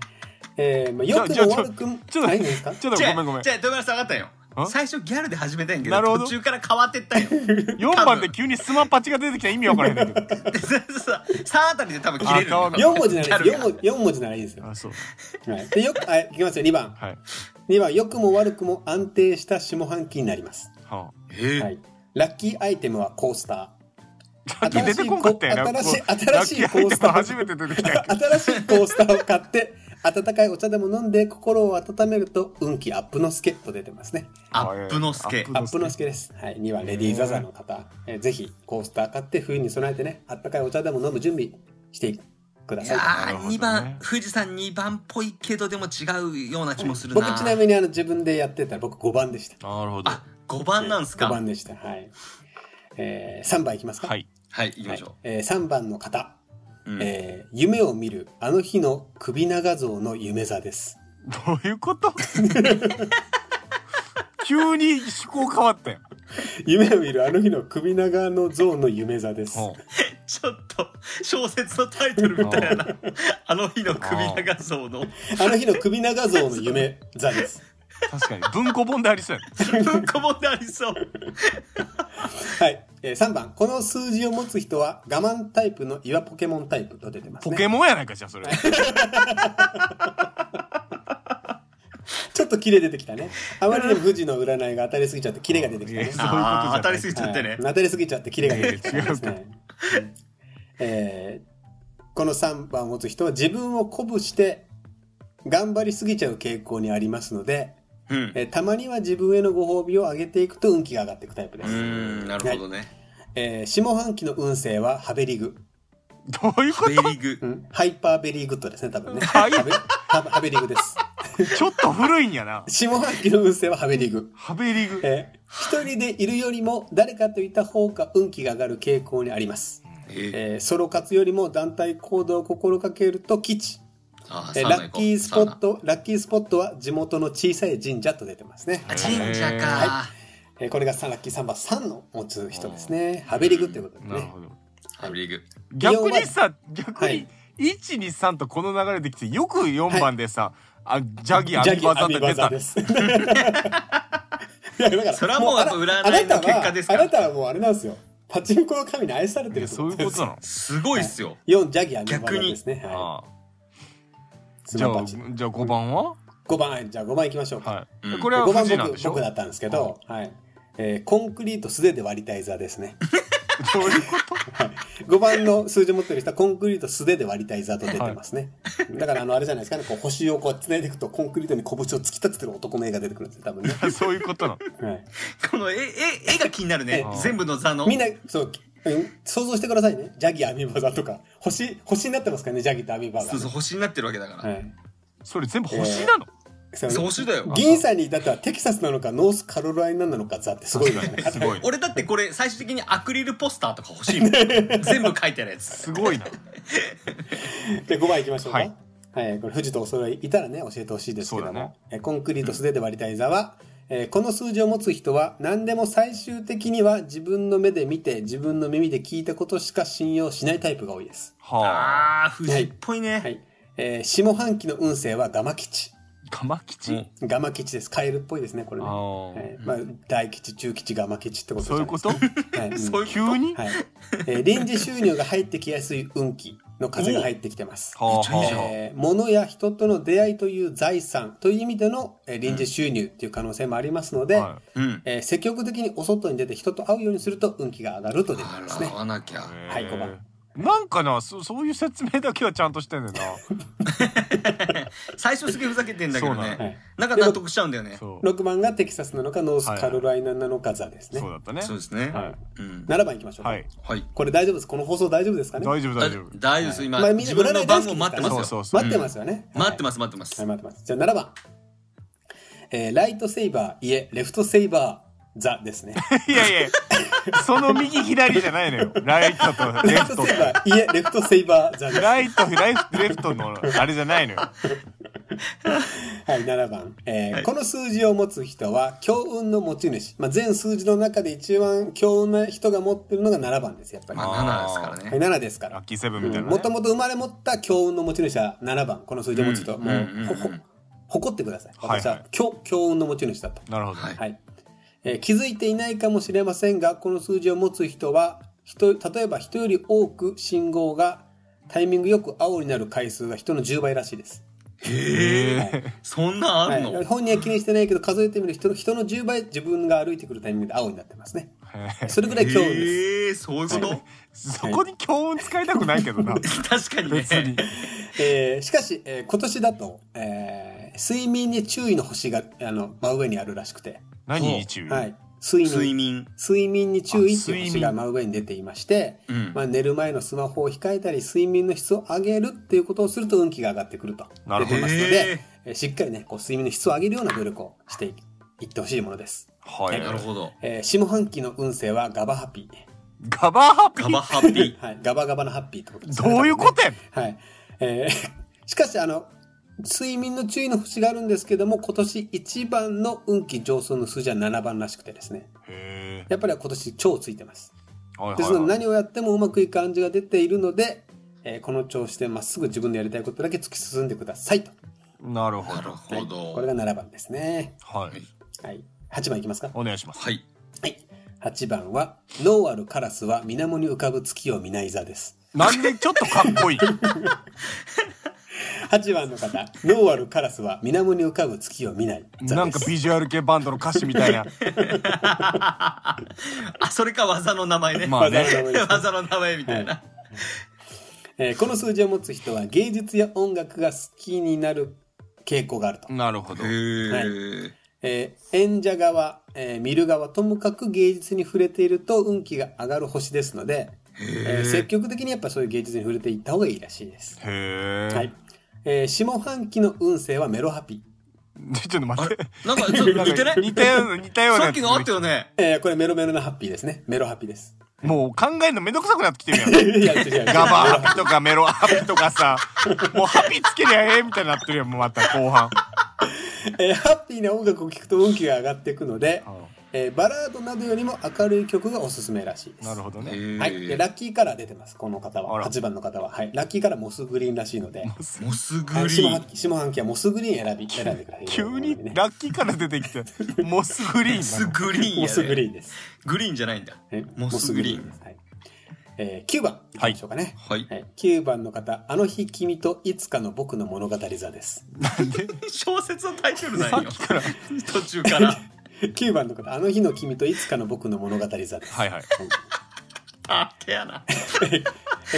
Speaker 1: えーまあ、良く
Speaker 3: ちょ
Speaker 1: も
Speaker 3: ちょ
Speaker 1: 悪くも、
Speaker 3: ちょっと
Speaker 1: ないんですか
Speaker 3: ちょっと
Speaker 2: じ
Speaker 3: ご
Speaker 2: ゃ
Speaker 3: め
Speaker 2: あ
Speaker 3: んごめん
Speaker 2: じゃあ豊村さん分かったよ
Speaker 3: ん
Speaker 2: 最初ギャルで始めたんやけ
Speaker 3: な
Speaker 2: ど
Speaker 3: るほど
Speaker 2: 途中から変わってったんよ
Speaker 3: 4番で急にスマッパチが出てきたら意味わからへんねんけど
Speaker 2: 3あたりで多分切れるん
Speaker 3: あ
Speaker 2: よ
Speaker 3: 変わん
Speaker 1: 4文字ならいい
Speaker 2: ギ
Speaker 1: で
Speaker 2: ャ
Speaker 1: す。4文
Speaker 2: ルが
Speaker 1: 字四文字ならいいですよ。
Speaker 3: あそう
Speaker 1: はい。で、よく、はい、いきますよ、2番。
Speaker 3: はい
Speaker 1: 2番、良くも悪くも安定した下半期になります。
Speaker 3: は
Speaker 2: へえ
Speaker 1: はい。ラッキーアイテムはコースター。
Speaker 3: あさっき出てこんかったよな
Speaker 1: 新しい
Speaker 3: こう
Speaker 1: 新しい
Speaker 3: ラッキーアイテム
Speaker 1: コースター
Speaker 3: 初めて出てきたやんけ
Speaker 1: 新しいコースターを買って、温かいお茶でも飲んで心を温めると運気アップの助と出てますね。
Speaker 2: アップのスケ
Speaker 1: アップの助です。はい。2はレディーザザの方。えーぜひコースター買って冬に備えてね、温かいお茶でも飲む準備してくだ
Speaker 2: い
Speaker 1: さ
Speaker 2: や
Speaker 1: い。
Speaker 3: なるほ
Speaker 2: ー
Speaker 3: どね
Speaker 2: 2番富士山2番っぽいけどでも違うような気もするな
Speaker 1: 僕ちなみにあの自分でやってたら僕5番でした。
Speaker 3: なるほど
Speaker 2: あ5番なんす
Speaker 1: 5
Speaker 2: か
Speaker 1: 番でした。はい。えー、3番いきますか。。
Speaker 3: はいい
Speaker 2: はい行きましょ
Speaker 1: えー、3番の方。
Speaker 2: う、うん
Speaker 1: えー夢を見るあの日の首長像の夢座です。
Speaker 3: どういうこと 急に趣向変わったよ
Speaker 1: 夢を見るあの日の首長の像の夢座です。
Speaker 2: ちょっと小説のタイトルみたいやなあの日の首長像の
Speaker 1: あの日の首長像の夢座です。
Speaker 3: 確かに文庫本でありそうやね
Speaker 2: 文庫本でありそう
Speaker 1: はい、えー、3番この数字を持つ人は我慢タイプの岩ポケモンタイプと出てます
Speaker 3: ポ
Speaker 1: ね。
Speaker 3: ケモンやないかじゃあそれ
Speaker 1: ちょっとキレ出てきたね。あまりにも富士の占いが当たりすぎちゃってキレが出てきたね。
Speaker 3: そういうことじゃない
Speaker 2: あー当たりすぎちゃって
Speaker 1: はい
Speaker 2: ね、
Speaker 1: 当たりすぎちゃってキレが出てきたんですね。えーこの3番を持つ人は自分を鼓舞して頑張りすぎちゃう傾向にありますので、
Speaker 2: うん
Speaker 1: えーたまには自分へのご褒美を上げていくと運気が上がっていくタイプで
Speaker 2: う
Speaker 1: す、
Speaker 2: んなるほどね、
Speaker 1: えー下半期の運勢はハベリグ、
Speaker 3: どういうこ
Speaker 2: ベリグ
Speaker 1: うんハイパーベリーグッドですね多分ね
Speaker 3: はい
Speaker 1: ハベハハベリグです
Speaker 3: とちょっと古いんやな
Speaker 1: 下半期の運勢はハベリグ、
Speaker 3: ハベリグ
Speaker 1: えー一人でいるよりも誰かといた方が運気が上がる傾向にあります、
Speaker 2: え
Speaker 1: えーソロ活よりも団体行動を心掛けると吉
Speaker 2: あ
Speaker 1: えー
Speaker 2: サウナ
Speaker 1: ラッ
Speaker 2: 行こう
Speaker 1: キースポットラッキースポットは地元の小さい神社と出てますね
Speaker 2: あ神社か、
Speaker 1: はえーこれが3ラッキー3番3の持つ人ですねハベリグっていうことです
Speaker 3: なる
Speaker 1: ね
Speaker 3: ほど
Speaker 2: ハブリグ
Speaker 3: 逆にさ逆
Speaker 1: はい
Speaker 3: に123とこの流れできてよく4番でさあジャギアミバザって出た
Speaker 1: です。 いやだから
Speaker 2: それはもうやっぱ占いの
Speaker 1: あなたは
Speaker 2: 結果ですから
Speaker 1: あなたはもうあれなんですよ。パチンコの神に愛されて
Speaker 3: い
Speaker 1: る
Speaker 3: やそういうことなの
Speaker 2: すごいっすよ、
Speaker 1: 4ジャギアミバザですね。は
Speaker 3: ああ
Speaker 1: い。ス
Speaker 3: じゃ
Speaker 1: マ
Speaker 3: あ
Speaker 1: パチ
Speaker 3: じ。ゃあ5番は
Speaker 1: 5番はいじゃあ5番行きましょうか。
Speaker 3: はい、
Speaker 2: うん
Speaker 3: これは
Speaker 1: 5
Speaker 3: 富
Speaker 1: 番
Speaker 3: 士なんで
Speaker 1: 僕
Speaker 3: しょ
Speaker 1: 僕だったんですけど、はい。えーコンクリート素手で割りたい座ですね。
Speaker 3: どういうこと
Speaker 1: 5番の数字持ってる人はコンクリート素手で割りたい座と出てますね。だからあの、あれじゃないですかね、こう星をこう繋いでいくとコンクリートに拳を突き立ててる男の絵が出てくるんですよ、多分ね。
Speaker 3: あそういうこと
Speaker 1: は
Speaker 3: な
Speaker 1: い、
Speaker 2: この絵絵絵が気になるね
Speaker 3: あー
Speaker 2: 全部の座の
Speaker 1: みんな、そう、うん想像してくださいね。ジャギーアミーバ座とか。星、星になってますからね、ジャギーとアミーバが。
Speaker 2: そうそう星になってるわけだから、
Speaker 1: はい。
Speaker 3: のそれ全部星なの、
Speaker 1: そう
Speaker 2: そう星だよ
Speaker 1: 銀さんに至ってはテキサスなのかノースカロライナなのかザってすごいよね。
Speaker 3: すごい
Speaker 2: 俺だってこれ最終的にアクリルポスターとか欲しいもん全部書いてあるやつ
Speaker 3: すごいな
Speaker 1: で5番いきましょうか。
Speaker 3: は
Speaker 1: はい
Speaker 3: い、
Speaker 1: これ富士とお揃いいたらね教えてほしいですけど
Speaker 3: そうだね
Speaker 1: も、えコンクリート素手で割りたい座は、えーこの数字を持つ人は何でも最終的には自分の目で見て自分の耳で聞いたことしか信用しないタイプが多いです。
Speaker 3: はあ
Speaker 2: あー藤井っぽいね、
Speaker 1: はい、えー下半期の運勢はガマ吉。
Speaker 3: ガマ吉、
Speaker 2: うん
Speaker 1: ガマ吉です。カエルっぽいですねこれね。
Speaker 3: あー
Speaker 1: はいまあ、大吉中吉ガマ吉ってことじ
Speaker 3: そ
Speaker 1: ゃ
Speaker 3: う
Speaker 1: ない
Speaker 3: いう
Speaker 1: で
Speaker 3: こ
Speaker 1: す
Speaker 3: と
Speaker 1: かはいうん
Speaker 2: そういう
Speaker 3: 急に、
Speaker 1: はい、えー臨時収入が入ってきやすい運気の風が入ってきてます。
Speaker 3: はあ
Speaker 2: めっちゃいいじゃん
Speaker 3: は
Speaker 1: えー物や人との出会いという財産という意味での、えー臨時収入という可能性もありますの
Speaker 3: あ
Speaker 1: で、
Speaker 3: はい
Speaker 2: うん
Speaker 1: えー積極的にお外に出て人と会うようにすると運気が上がると出てますね
Speaker 2: 洗。わなきゃ
Speaker 1: はい
Speaker 3: えー
Speaker 1: 五番
Speaker 3: なんかなそそういう説明だけはちゃんとしてんねんな
Speaker 2: 最初すげえふざけてんだけど
Speaker 3: そうな
Speaker 2: ね
Speaker 3: の
Speaker 1: はい、
Speaker 2: なんか納得しちゃうんだよね
Speaker 3: そう
Speaker 1: 6番がテキサスなのかノースカロライナなのか座ですね。
Speaker 3: そう
Speaker 1: は
Speaker 3: だったね
Speaker 2: そうですね、
Speaker 1: い
Speaker 2: うん
Speaker 1: 7番いきましょうか、
Speaker 3: はい
Speaker 2: はい
Speaker 1: これ大丈夫です。この放送大丈夫ですかね。
Speaker 3: 大丈夫
Speaker 2: だ
Speaker 3: 大丈夫
Speaker 2: 大丈夫です今、
Speaker 1: まあみんな
Speaker 2: 自分の番
Speaker 1: 占
Speaker 2: 号
Speaker 1: い大好
Speaker 2: 待
Speaker 1: きですから
Speaker 2: ってますよ
Speaker 3: そうそう
Speaker 1: 待ってますよね。
Speaker 2: 待って
Speaker 1: ます。
Speaker 2: ます待ってます、
Speaker 1: はい、待ってます。じゃあ7番。えーライトセイバー、いえ、レフトセイバー、ザですね。
Speaker 3: いやいやその右左じゃないのよライトとレ
Speaker 1: レ
Speaker 3: フ
Speaker 1: フ
Speaker 3: ト
Speaker 1: トセイバー、いえ、レフトセイバー、ザです。
Speaker 3: ライトライフレフトのあれじゃないのよ
Speaker 1: はい、7番、えー
Speaker 2: はい
Speaker 1: この数字を持つ人は、強運の持ち主。まあ、全数字の中で一番強運な人が持ってるのが7番です、やっぱり。
Speaker 2: まあ7ですから
Speaker 1: はい、
Speaker 2: ね
Speaker 1: 7ですか
Speaker 3: ラ
Speaker 1: ら
Speaker 3: ッ。キーセブンみたいな、ね
Speaker 1: もともと生まれ持った強運の持ち主は7番。この数字を持つ人、
Speaker 2: うん
Speaker 1: も
Speaker 2: うん
Speaker 1: う、ほほ
Speaker 2: うん
Speaker 1: 誇ってください。
Speaker 3: はい
Speaker 1: 私は強、強運の持ち主だと。
Speaker 3: なるほど、
Speaker 2: はい
Speaker 1: はい、えー気づいていないかもしれませんがこの数字を持つ人は人例えば人より多く信号がタイミングよく青になる回数が人の10倍らしいです、
Speaker 2: へえそんなんあ
Speaker 1: は
Speaker 2: るの、
Speaker 1: い、本人は気にしてないけど数えてみると人の人の10倍自分が歩いてくるタイミングで青になってますねそれぐらい強運です、
Speaker 2: えー、そういうこと、
Speaker 1: は
Speaker 3: そこに強運使いたくないけどな
Speaker 2: 確かにね
Speaker 3: 別に
Speaker 1: えーしかし、えー今年だと、えー睡眠に注意の星があの真上にあるらしくて、
Speaker 3: 何に注意、
Speaker 1: はい、睡眠
Speaker 2: 睡眠、
Speaker 1: 睡眠に注意っていう
Speaker 3: あ睡
Speaker 1: 星
Speaker 3: 眠
Speaker 1: が真上に出ていまして、
Speaker 2: うん
Speaker 1: まあ、寝る前のスマホを控えたり睡眠の質を上げるっていうことをすると運気が上がってくると
Speaker 3: なるほ
Speaker 1: 出て
Speaker 3: ど
Speaker 1: ま
Speaker 2: ね
Speaker 1: すの
Speaker 2: へ
Speaker 1: で、えーしっかりねこう睡眠の質を上げるような努力をしていいってほしいものです、
Speaker 3: はい
Speaker 2: なるほど
Speaker 1: えー下半期の運勢はガバハッピ
Speaker 3: ガバハピ
Speaker 2: ガバハッピー
Speaker 1: ー、はい、ガバガバのハッピーってことですね
Speaker 3: どういうことやねん
Speaker 1: はいえー しかしあの睡眠の注意の星があるんですけども今年一番の運気上昇の数字は7番らしくてですね
Speaker 3: へ
Speaker 1: やっぱり今年超ついてます
Speaker 3: ーはい
Speaker 1: ですので
Speaker 3: はいはい
Speaker 1: 何をやってもうまくいく感じが出ているので、えーこの調子でまっすぐ自分でやりたいことだけ突き進んでくださいと
Speaker 3: な るほ
Speaker 2: なる
Speaker 3: ど
Speaker 2: ほど
Speaker 1: これが7番ですね
Speaker 3: はい
Speaker 1: はい8番いきますか
Speaker 3: お願いします
Speaker 2: はい
Speaker 1: はい8番は「脳あるカラスは水面に浮かぶ月を見ない座」です
Speaker 3: なんでちょっとかっこいい
Speaker 1: 8番の方「脳あるカラスは水面に浮かぶ月を見ない座」です
Speaker 3: なんかビジュアル系バンドの歌詞みたいな
Speaker 2: あそれか技の名前 ね、
Speaker 3: まあね
Speaker 1: 技の名前です
Speaker 2: 技の名前みたいな、
Speaker 1: えーこの数字を持つ人は芸術や音楽が好きになる傾向があると
Speaker 3: なるほど
Speaker 2: へえ、
Speaker 1: えー演者側、えー見る側ともかく芸術に触れていると運気が上がる星ですので、えー積極的にやっぱそういう芸術に触れていった方がいいらしいです。
Speaker 3: へえ、
Speaker 1: はいえー下半期の運勢はメロハピ。
Speaker 3: ちょっと待
Speaker 2: あ
Speaker 3: っ
Speaker 2: れ
Speaker 3: て
Speaker 2: なんかちょっと似てない
Speaker 3: 似たような似たような
Speaker 2: さ
Speaker 3: や
Speaker 2: っ
Speaker 3: つ
Speaker 2: きのあったよね
Speaker 1: えーこれメロメロなハッピーですね。メロハピ です。
Speaker 3: もう考えるのめんどくさくなってきてるやん
Speaker 1: いや違う違う
Speaker 3: ガバハピとかメロハピとかさもうハピつけりゃええみたいになってるやんもうまた後半
Speaker 1: えーハッピーな音楽を聴くと運気が上がっていくので、えーバラードなどよりも明るい曲がおすすめらしいです。
Speaker 3: なるほどね
Speaker 2: へー
Speaker 1: はい、でラッキーカラー出てます、この方
Speaker 3: あ
Speaker 1: は。
Speaker 3: ら
Speaker 1: 8番の方は。はい、ラッキーカラーモスグリーンらしいので。
Speaker 2: モスグリ
Speaker 1: はい下
Speaker 2: ーン
Speaker 1: 半期下半期はモスグリーン選び選んでください。
Speaker 3: 急
Speaker 1: ね
Speaker 3: にラッキーから出てきてモスグリ
Speaker 2: モ
Speaker 3: ーン
Speaker 2: ス
Speaker 3: なの
Speaker 2: グリーンや、ね、
Speaker 1: モスグリーンです。
Speaker 2: グリーンじゃないんだ
Speaker 1: え
Speaker 2: モスグリーン
Speaker 1: モですはいえー、9番いきましょうかね。
Speaker 2: はい
Speaker 1: はい、9番の方、あの日君といつかの僕の物語座です。
Speaker 2: 小説のタイトルなんよ
Speaker 3: さっきから
Speaker 2: 途中 から
Speaker 1: 9番の方、あの日の君といつかの僕の物語座です。
Speaker 3: はいはい
Speaker 1: い
Speaker 2: パーテやな。
Speaker 1: え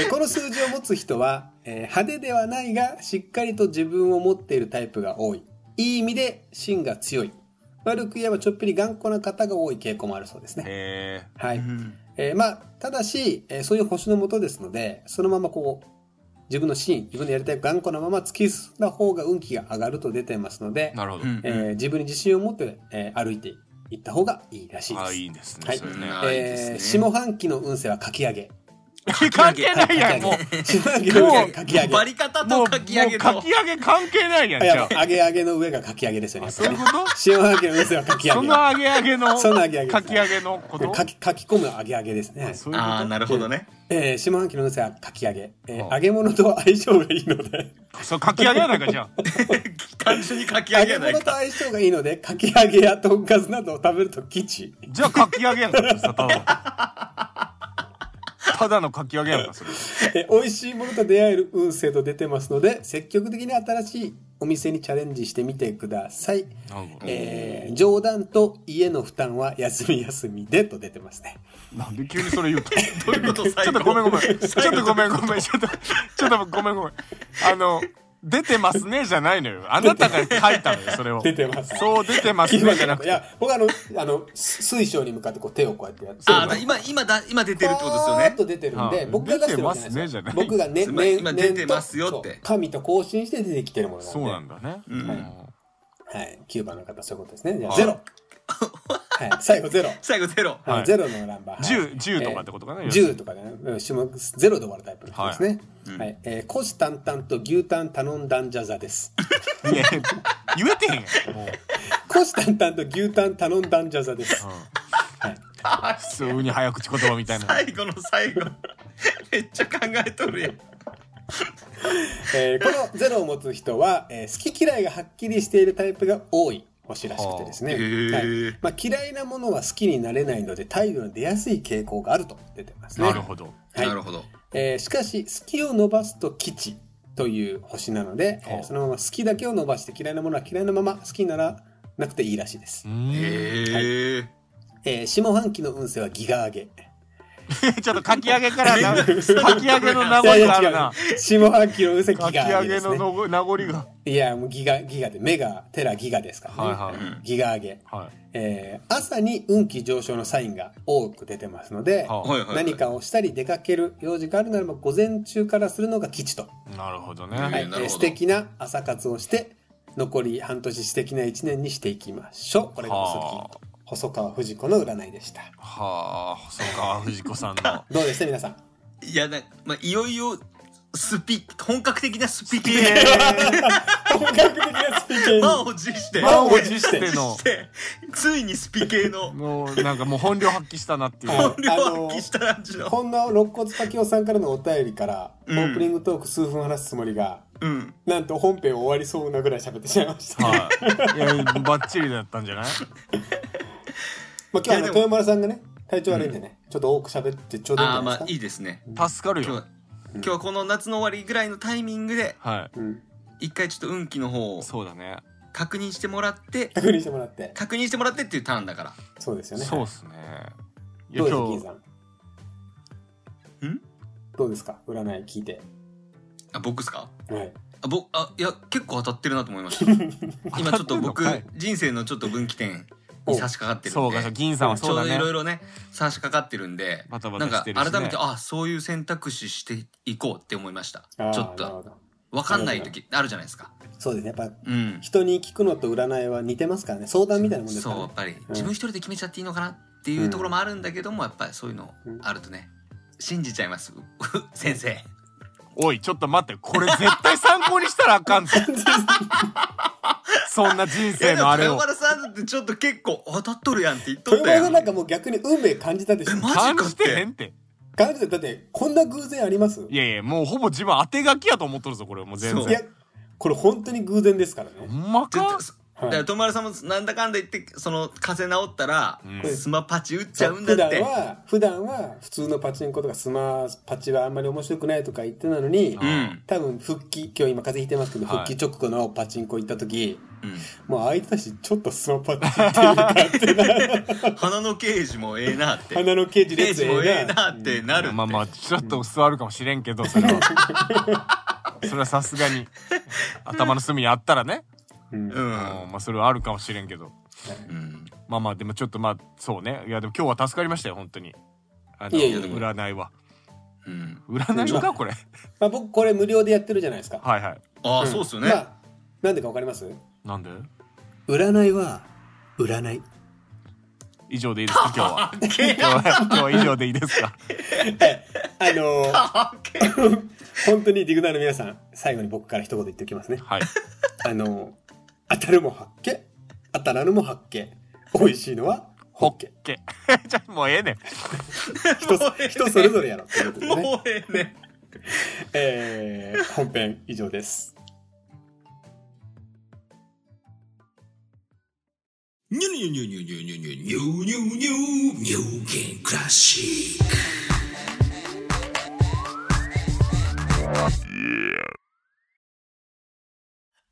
Speaker 1: ーこの数字を持つ人は、えー派手ではないがしっかりと自分を持っているタイプが多いいい意味で芯が強い悪く言えばちょっぴり頑固な方が多い傾向もあるそうですね
Speaker 3: へえ
Speaker 1: は
Speaker 2: う
Speaker 1: い、
Speaker 2: ん
Speaker 1: えーまあただし、えーそういう星のもとですのでそのままこう自分の芯自分のやりたい頑固なまま突き進んだ方が運気が上がると出てますので、
Speaker 3: なるほど、
Speaker 2: うん
Speaker 1: えー自分に自信を持って、えー歩いていった方がいいらしいです
Speaker 3: あいいですね、
Speaker 1: はい
Speaker 3: それね
Speaker 2: うん
Speaker 1: えー
Speaker 2: いいですね
Speaker 1: 下半期の運勢はかき上げ
Speaker 3: 関係ないやんもう
Speaker 1: はい下半期の運勢はかき上げ
Speaker 2: バリ方
Speaker 3: も
Speaker 2: と
Speaker 3: う
Speaker 2: かき上げ
Speaker 3: もう
Speaker 2: と
Speaker 3: かき。上げ関係ないやん
Speaker 1: い
Speaker 3: じ
Speaker 1: や
Speaker 3: ゃ
Speaker 1: 揚げ揚げの上がかき揚げですよ
Speaker 3: あ
Speaker 1: ね。
Speaker 3: あ
Speaker 1: やっ
Speaker 3: そう
Speaker 1: ぱ
Speaker 3: いう
Speaker 1: ね
Speaker 3: こと
Speaker 1: 塩揚げの上はかき揚
Speaker 3: そ
Speaker 1: げ。
Speaker 3: の上げ上げの
Speaker 1: そんな揚げ揚げ。
Speaker 3: かき上げのこと
Speaker 1: かきかき込む揚げ揚げですね。
Speaker 3: そういうこと
Speaker 2: ああ、なるほどね。
Speaker 1: えー、下半期の運勢はかき揚げ。え
Speaker 3: う
Speaker 1: ー、
Speaker 3: ん
Speaker 1: 揚げ物と相性がいいので、
Speaker 3: そうかき揚げやないかじゃん
Speaker 2: 単純にかき
Speaker 1: 揚
Speaker 2: 上げ
Speaker 1: げ
Speaker 2: やない
Speaker 1: 物と
Speaker 2: か。
Speaker 1: 相性がいいので、かき揚げやとんかつなどを食べると吉。
Speaker 3: じゃあかき揚げやんかさただのただのかき揚げやんかそれ
Speaker 1: えー、美味しいものと出会える運勢と出てますので、積極的に新しいお店にチャレンジしてみてください。
Speaker 3: なるほど
Speaker 1: えー、冗談と家の負担は休み休みでと出てますね。
Speaker 3: なんで急にそれ言うと
Speaker 2: どういうこと
Speaker 3: ち
Speaker 2: 最
Speaker 3: ょっ
Speaker 2: 後
Speaker 3: とごめんごめん。ちょっ
Speaker 2: 最後
Speaker 3: とごめんごめん。ちょっと、ちょっとごめんごめん。あの、出てますねじゃないのよ。あなたが書いたのよ、それを。
Speaker 1: 出てます。
Speaker 3: そう、出てますねじゃなく
Speaker 1: い
Speaker 3: て。
Speaker 1: や僕あのあのす水晶に向かってこう手をこうやってやって
Speaker 2: あー、今、今だ、今出てるってことですよ
Speaker 1: パーッ
Speaker 2: ね。
Speaker 1: と出てるんで、
Speaker 3: はい
Speaker 1: 僕が出してるわけじゃないですよ
Speaker 3: 出てますねじゃない
Speaker 1: 僕がね
Speaker 2: つまり今
Speaker 1: 年
Speaker 2: 出てますよって
Speaker 1: そう神と交信して出てきてるものなんで
Speaker 3: そうなんだね。
Speaker 2: ん
Speaker 1: はい、9番の方そういうことですねじゃあ
Speaker 3: はい
Speaker 1: ゼ ロ、はい、最後ゼロ、
Speaker 2: 最後ゼロ。
Speaker 1: は、
Speaker 3: はいい
Speaker 1: ゼロのランバー、はい
Speaker 3: 10、10とかってことか
Speaker 1: え
Speaker 3: ね。
Speaker 1: ー10とかねうん種目ゼロで終わるタイプの人ですね
Speaker 2: はいうん
Speaker 1: はいえー虎視眈々と牛タン頼んだんじゃざです
Speaker 3: いや言えてへんやん。もう。
Speaker 1: 虎視眈々と牛タン頼んだんじゃざです、はい、
Speaker 3: 普通に早口言葉みたいな。
Speaker 2: 最後の最後。 めっちゃ考えとるやん。
Speaker 1: えーこのゼロを持つ人は、えー好き嫌いがはっきりしているタイプが多い星らしくてですね、
Speaker 2: はあへー
Speaker 1: はいまあ、嫌いなものは好きになれないので態度の出やすい傾向があると出てますね
Speaker 3: なるほど。
Speaker 1: はい
Speaker 2: なるほど。
Speaker 1: えーしかし好きを伸ばすと吉という星なので、えー
Speaker 3: はあ
Speaker 1: そのまま好きだけを伸ばして嫌いなものは嫌いなまま好きにならなくていいらしいです
Speaker 3: う、ん
Speaker 2: へえ。
Speaker 1: えー下半期の運勢はギガ上げ
Speaker 3: ちょっとかき揚げからな、かき揚げの名残があるな。
Speaker 1: 違う下半期の運勢ギ
Speaker 3: かき
Speaker 1: ガ
Speaker 3: 揚
Speaker 1: 上げ
Speaker 3: げ
Speaker 1: です、
Speaker 3: の
Speaker 1: ね、
Speaker 3: の名残が。
Speaker 1: いやもうギガギガで目がテラギガですからね、
Speaker 3: はいは
Speaker 2: う
Speaker 3: い。
Speaker 2: ん
Speaker 1: ギガ上げ
Speaker 3: は
Speaker 1: えー朝に運気上昇のサインが多く出てますので
Speaker 3: い。、は
Speaker 2: はいはい。
Speaker 1: 何。かをしたり出かける用事があるならば午前中からするのが吉と、
Speaker 3: い。なるほど
Speaker 2: は
Speaker 1: はい
Speaker 3: ね。
Speaker 1: いえ
Speaker 2: なるほ
Speaker 1: ー
Speaker 2: ど
Speaker 1: 素敵な朝活をして残り半年素敵な1年にしていきましょうこれが
Speaker 3: は
Speaker 1: 細木細川藤子の占いでした
Speaker 3: あ。はあ、細川藤子さんの。
Speaker 1: どうでした皆さん
Speaker 2: いや、なまあ、いよいよ、スピ、本格的なスピ系。
Speaker 1: 本格的なスピーチ
Speaker 2: 満を持して、
Speaker 3: 満を持しての
Speaker 2: してついにスピ系の
Speaker 3: もうなんかもう本領発揮したなっていう。
Speaker 1: は
Speaker 3: はいい
Speaker 2: 本領を発揮した感じの。
Speaker 1: ほんの肋骨パキオさんからのお便りから、
Speaker 2: うん
Speaker 1: オープニングトーク数分話すつもりが
Speaker 2: うん。
Speaker 1: なんと本編終わりそうなぐらい喋ってしまいました、
Speaker 3: いやバッチリだったんじゃない？
Speaker 1: まあ、今日あ
Speaker 2: い
Speaker 1: の
Speaker 2: やでも
Speaker 1: 豊丸さんがね体調悪いんでね、ちょっと多く喋ってちょうどいいんじ
Speaker 2: あ
Speaker 1: ゃな
Speaker 2: あ、ま
Speaker 1: い
Speaker 2: あ、
Speaker 1: で
Speaker 2: い
Speaker 1: す
Speaker 2: いですね。
Speaker 3: 助かる
Speaker 2: 今
Speaker 3: よ
Speaker 2: 日。、今日はこの夏の終わりぐらいのタイミングで、
Speaker 3: は
Speaker 1: か、うん、
Speaker 2: 一回ちょっと運気の方
Speaker 3: い。
Speaker 2: を
Speaker 3: そうだね。
Speaker 2: 確認してもらって、
Speaker 1: 確認してもらって
Speaker 2: 確認してもらってっていうターンだから。
Speaker 1: そうですよね
Speaker 3: そうっすね。い
Speaker 1: ど
Speaker 3: や
Speaker 1: うです金
Speaker 3: 今日
Speaker 1: さんどうですか占い聞いて
Speaker 2: あ、僕っすか
Speaker 1: はい
Speaker 2: あ、僕、あ、いや、結構当たってるなと思いま した。今ちょっと僕
Speaker 3: 当たってんのかい、
Speaker 2: 人生のちょっと分岐点に差し掛かってる
Speaker 3: そ
Speaker 2: ん
Speaker 3: うかそう
Speaker 2: で、
Speaker 3: 銀さんは
Speaker 2: ちょ
Speaker 3: そう
Speaker 2: う
Speaker 3: だ
Speaker 2: どい
Speaker 3: ね。
Speaker 2: ろいろね、差し掛かってるんで、
Speaker 3: バタバ
Speaker 2: なん
Speaker 3: タ
Speaker 2: か
Speaker 3: してるしね。
Speaker 2: 改めてあそういう選択肢していこうって思いました
Speaker 1: あー
Speaker 2: ちょっ
Speaker 1: なるほ
Speaker 2: と
Speaker 1: ど
Speaker 2: 分かんない時あるじゃないですか
Speaker 1: そうですねやっぱ
Speaker 2: うん
Speaker 1: 人に聞くのと占いは似てますからね相談みたいなもんですか
Speaker 2: そう
Speaker 1: ら
Speaker 2: や
Speaker 1: ね
Speaker 2: っぱり自分一人で決めちゃっていいのかなっていうところもあるんだけどもやっぱりそういうのあるとね信じちゃいます 先生
Speaker 3: おいちょっと待ってこれ絶対参考にしたらあか んって。そんな人
Speaker 2: いや
Speaker 3: 生
Speaker 2: で
Speaker 3: の
Speaker 2: も
Speaker 3: あれ
Speaker 2: 豊
Speaker 3: を
Speaker 2: 丸さんだってちょっと結構当たっとるやんって言っとっ
Speaker 1: 豊
Speaker 2: た
Speaker 1: 丸さ
Speaker 2: や
Speaker 1: ん
Speaker 2: ん
Speaker 1: なんかもう逆に運命感じたでしょ
Speaker 2: えマ
Speaker 3: 感
Speaker 2: マジ
Speaker 3: じ
Speaker 2: かって
Speaker 3: てへんって。
Speaker 1: 感じてだってこんな偶然あります
Speaker 3: いやいやもうほぼ自分当て書きやと思っとるぞこれもう全
Speaker 2: そう
Speaker 1: い
Speaker 3: 然。
Speaker 1: やこれ本当に偶然ですからね
Speaker 3: ほんま
Speaker 2: 絶
Speaker 3: か
Speaker 2: 対？そ
Speaker 1: はい
Speaker 2: だから、友丸さんもなんだかんだ言って、その、風邪治ったら
Speaker 3: うん、
Speaker 2: スマパチ打っち
Speaker 1: そ
Speaker 2: ゃ
Speaker 1: う
Speaker 2: うんだって
Speaker 1: 普。段は普段は普通のパチンコとかスマパチはあんまり面白くないとか言ってたのに
Speaker 2: う、ん。
Speaker 1: 多分復帰今日今風邪ひいてますけど、
Speaker 3: はい
Speaker 1: 復帰直後のパチンコ行った時
Speaker 2: う
Speaker 1: もう相手たちちょっとスマパチっていうかってな
Speaker 2: ん。鼻の刑事もええなって。
Speaker 1: 鼻のケージ
Speaker 2: 刑
Speaker 1: で
Speaker 2: 事もええなってなるって。
Speaker 3: まあまあちょっと座るかもしれんけどそれはそれは さすがに頭の隅にあったら
Speaker 1: う
Speaker 3: ね、
Speaker 1: んは
Speaker 2: うん。
Speaker 3: うんまあそれはあるかもしれんけど
Speaker 2: うん。
Speaker 3: まあまあでもちょっとまあそうねいやでも今日は助かりましたよ本当にあの
Speaker 1: いえいえ
Speaker 3: 占いは
Speaker 2: うん。
Speaker 3: 占いかこれ
Speaker 1: まあ、僕これ無料でやってるじゃないですか、
Speaker 3: はいはい
Speaker 2: ああ、
Speaker 1: ん
Speaker 2: そうっすよ
Speaker 1: ま
Speaker 2: ね。
Speaker 1: あなんでかわかります
Speaker 3: なんで
Speaker 1: 占いは占い
Speaker 3: 以上でいいですか今日は
Speaker 2: け
Speaker 3: 今日は今日は以上でいいですか
Speaker 1: えあの ー
Speaker 2: あけ
Speaker 1: 本当にディグナーの皆さん最後に僕から一言言っておきますね
Speaker 3: はい
Speaker 1: あの当たるも発見当たらぬも発見美味しいのはホッケ
Speaker 3: け じゃあもうええねん
Speaker 1: 人そ
Speaker 2: もうええね
Speaker 1: 人それぞれやろということでね、
Speaker 2: もうええね。
Speaker 1: えー本編以上です
Speaker 4: ニュニュニュニュニュニュニュニュニュニュニューゲンクラシック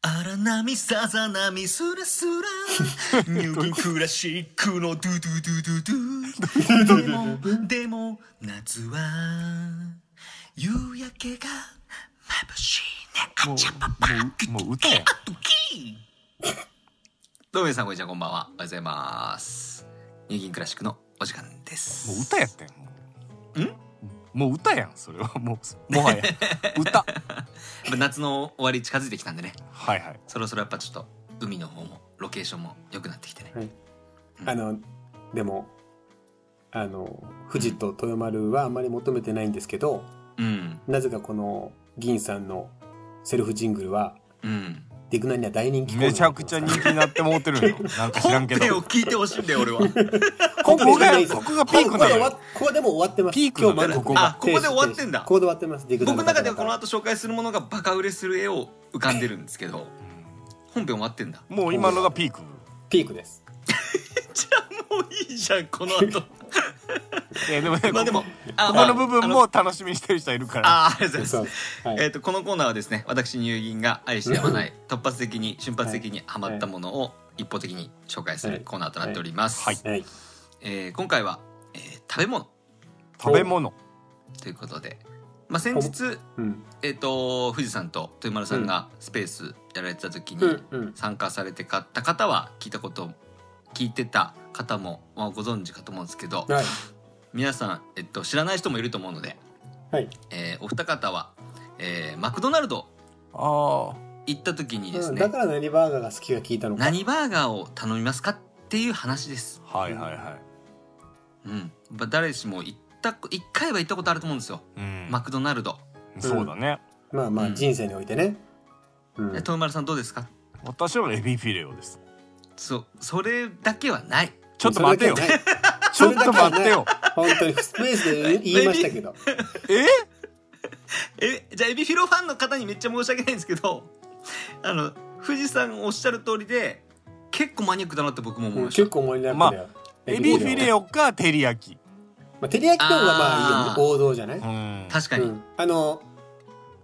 Speaker 2: 荒波さざ波すらすらニューギンクラシックのドゥドゥドゥドゥドゥでもでも夏は夕焼けが眩しいねあ
Speaker 3: もう
Speaker 2: ちゃぱぱ
Speaker 3: もうもう歌や
Speaker 2: あドキーどうも皆さんこんにちはこんばんはおはようございますニューギンクラシックのお時間です
Speaker 3: もう歌やってんもうもう歌やんそれは もうもは や歌
Speaker 2: やっぱ夏の終わり近づいてきたんでね
Speaker 3: はいはい
Speaker 2: そろそろやっぱちょっと海の方もロケーションも良くなってきてね
Speaker 1: あのでもあの富士と豊丸はあまり求めてないんですけど
Speaker 2: うん
Speaker 1: なぜかこの銀さんのセルフジングルは
Speaker 2: うん
Speaker 1: ディグナーには大人気コーナー
Speaker 3: めちゃくちゃ人気になってもうて るよなんか知らん
Speaker 2: 本
Speaker 3: け
Speaker 2: 編
Speaker 3: ど
Speaker 2: を聞いてほしいんだよ俺 は
Speaker 1: こ
Speaker 3: こ
Speaker 1: こ
Speaker 3: こ
Speaker 1: が
Speaker 3: が
Speaker 1: こ
Speaker 3: こ
Speaker 1: こ
Speaker 3: こ
Speaker 1: が
Speaker 3: が
Speaker 1: ピ
Speaker 3: ピ
Speaker 1: ー
Speaker 3: ー
Speaker 1: ク
Speaker 3: ク
Speaker 1: こ
Speaker 3: な
Speaker 1: こで
Speaker 3: のよ
Speaker 1: 終わここでもう終わってます。
Speaker 3: ピークなんだ
Speaker 1: 今日まだここ
Speaker 2: あここで終わってんだ
Speaker 1: ここで終わってます。ディグダ
Speaker 2: 僕の中ではこの
Speaker 1: 方々
Speaker 2: 後紹介するものがバカ売れする絵を浮かんでるんですけど本編終わってんだ
Speaker 3: もう今のがピーク
Speaker 1: ピークです。
Speaker 2: じゃあもういいじゃんこの後
Speaker 3: いやでも ね
Speaker 2: まあでも
Speaker 3: こ
Speaker 2: あ
Speaker 3: こ
Speaker 2: まあ
Speaker 3: の部分も楽しみにしてる人いるから
Speaker 2: ああありがとうござ
Speaker 1: そ
Speaker 2: いうま
Speaker 1: ですす。は
Speaker 2: え
Speaker 1: い。
Speaker 2: ー、とこのコーナーはですね私乳銀が愛してやまない突発的に瞬発的にハマったものを一方的に紹介するコーナーとなっております、
Speaker 3: はい
Speaker 1: はい。
Speaker 2: えー今回は、えー食べ物
Speaker 3: 食べ物
Speaker 2: ということで、まあ、先日、
Speaker 1: うん。
Speaker 2: えー、と富士山と豊丸さんがスペースやられてた時に、
Speaker 1: うんうん。
Speaker 2: 参加されて買った方は聞いたこと聞いてた方も、まあ、ご存知かと思うんですけど
Speaker 1: はい。
Speaker 2: 皆さん、えっと、知らない人もいると思うので、
Speaker 1: はい。
Speaker 2: えーお二方は、えーマクドナルド
Speaker 3: ああ
Speaker 2: 行った時にで
Speaker 1: う
Speaker 2: す
Speaker 1: ん
Speaker 2: ね、
Speaker 1: だから何バーガーが好きが聞いたのか。
Speaker 2: 何バーガーを頼みますかっていう話です、
Speaker 3: はいはいは
Speaker 2: うん、まあ誰しも行ったこ一回は行ったことあると思うんですよ、
Speaker 3: いうん
Speaker 2: マクドナルド
Speaker 3: そうだね
Speaker 1: まあま
Speaker 2: う
Speaker 1: あ
Speaker 2: ん
Speaker 1: 人生においてね。うん。
Speaker 2: え豊丸さんどうですか
Speaker 3: 私はエビフィレオです
Speaker 2: そそれだけはない
Speaker 3: ちょっと待てよ
Speaker 1: それだけはない
Speaker 3: ちょっと待ってよ
Speaker 1: 本当にスペースで言いましたけど。
Speaker 3: え
Speaker 2: えじゃあエビフィロファンの方にめっちゃ申し訳ないんですけど あの富士山おっしゃる通りで結構マニアックだなって僕も思
Speaker 1: う
Speaker 2: い
Speaker 1: ん
Speaker 2: ました、
Speaker 1: 結構盛りだくさんだよ。
Speaker 3: エビフィレ
Speaker 1: オ。
Speaker 3: オか照り焼き
Speaker 1: まあ照り焼きの方がまあ
Speaker 2: あ
Speaker 1: いい
Speaker 2: ー
Speaker 1: よね王道じゃない。
Speaker 3: うん
Speaker 2: 確か
Speaker 1: う
Speaker 2: に、
Speaker 1: ん。あの。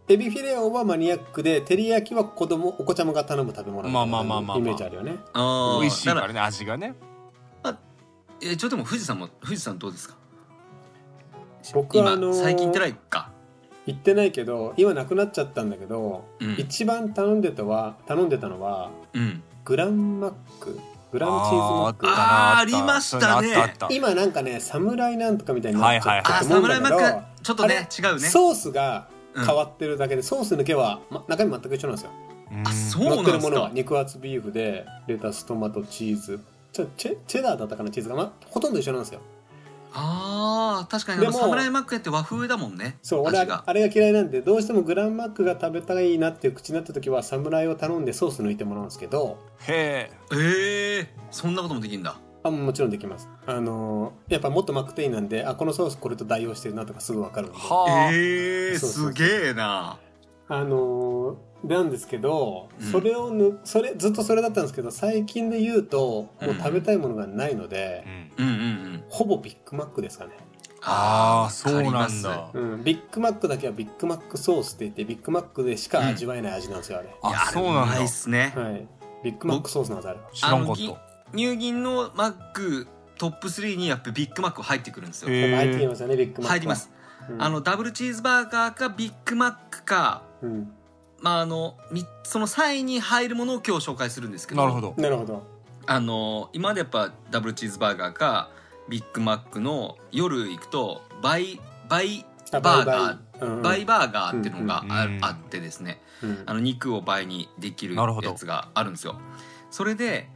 Speaker 1: エビフィレオはマニアックで、照り焼きは子供、お子ちゃまが頼む食べ物みたいな
Speaker 3: まあまあまあまあまあ
Speaker 1: イメージあるよね。
Speaker 2: あー
Speaker 3: 美味しい
Speaker 2: だ
Speaker 3: から
Speaker 2: ら
Speaker 3: ね味がね
Speaker 2: えちょっとも富士山も富士山どうですか
Speaker 1: 僕は
Speaker 2: 今、
Speaker 1: あのー
Speaker 2: 最近行ってないか
Speaker 1: 行ってないけど今なくなっちゃったんだけど、
Speaker 2: うん
Speaker 1: 一番頼んでたは頼んでたのは
Speaker 2: うん
Speaker 1: グランマックグランチーズマック
Speaker 2: あーあーありましたね
Speaker 3: そういうのあったあった
Speaker 1: 今なんかね侍なんとかみたいになっちゃって
Speaker 2: あ
Speaker 1: ると思うんだ
Speaker 2: 侍
Speaker 1: け
Speaker 2: マ
Speaker 1: ど、
Speaker 2: ックちょっとね違うね
Speaker 1: ソースが
Speaker 2: うん
Speaker 1: 変わってるだけで、ソース抜けは、ま、中身全く一緒なんですよ
Speaker 3: うん
Speaker 2: あそう
Speaker 1: 乗
Speaker 2: な
Speaker 1: って
Speaker 2: んで
Speaker 1: るも
Speaker 2: す
Speaker 1: のは
Speaker 2: か
Speaker 1: 肉厚ビーフでレタストマトチーズちょチェチェダーだったかなチーズが、ま、ほとんど一緒なんですよ
Speaker 2: あー確かに
Speaker 1: で
Speaker 2: で
Speaker 1: も
Speaker 2: も侍マックやって和風だもんね
Speaker 1: そう俺
Speaker 2: 味
Speaker 1: は
Speaker 2: が
Speaker 1: あれが嫌いなんでどうしてもグランマックが食べたいなっていう口になった時は侍を頼んでソース抜いてもらうんですけど
Speaker 3: へえ
Speaker 2: ええそんなこともできるんだ
Speaker 1: あもちろんできますあのーやっぱもっとマックテインなんであこのソースこれと代用してるなとかすぐ分かるんで
Speaker 3: はあ
Speaker 2: ええ
Speaker 1: そうそうそう
Speaker 2: すげえな
Speaker 1: あのーなんですけど、
Speaker 2: うん
Speaker 1: それをぬそれずっとそれだったんですけど最近で言うともう食べたいものがないので、
Speaker 3: うん
Speaker 2: うんうんうん
Speaker 1: ほぼビッグマックですかね、
Speaker 3: ああそう
Speaker 2: わか
Speaker 3: な
Speaker 2: り
Speaker 3: ん
Speaker 2: ます
Speaker 3: だ
Speaker 1: うん、ビッグマックだけはビッグマックソースって言ってビッグマックでしか味わえない味なんですよあれ、
Speaker 2: いや
Speaker 3: あ
Speaker 2: あれ
Speaker 3: そうなん
Speaker 2: うまい
Speaker 3: だ
Speaker 2: っすね
Speaker 1: はいビッグマックソースなんですあれ
Speaker 3: 知らんかっ
Speaker 2: あの
Speaker 3: た
Speaker 2: 乳銀のマックトップ3にやっぱビッグマック入ってくるんですよ
Speaker 3: へえ
Speaker 1: 入ってきますよねビッグマックは
Speaker 2: 入ります、
Speaker 1: うん
Speaker 2: あのダブルチーズバーガーかビッグマックか
Speaker 1: うん
Speaker 2: まああのみその際に入るものを今日紹介するんですけど
Speaker 3: なるほど
Speaker 1: なるほど
Speaker 2: あの今までやっぱダブルチーズバーガーかビッグマックの夜行くと倍倍
Speaker 1: あ
Speaker 2: バーガ
Speaker 1: バイうん
Speaker 2: 倍バーガーっていうのがあ,、
Speaker 3: うん
Speaker 2: あってですね
Speaker 1: うん
Speaker 2: あの肉を倍にできる
Speaker 3: なるほど
Speaker 2: やつがあるんですよそれで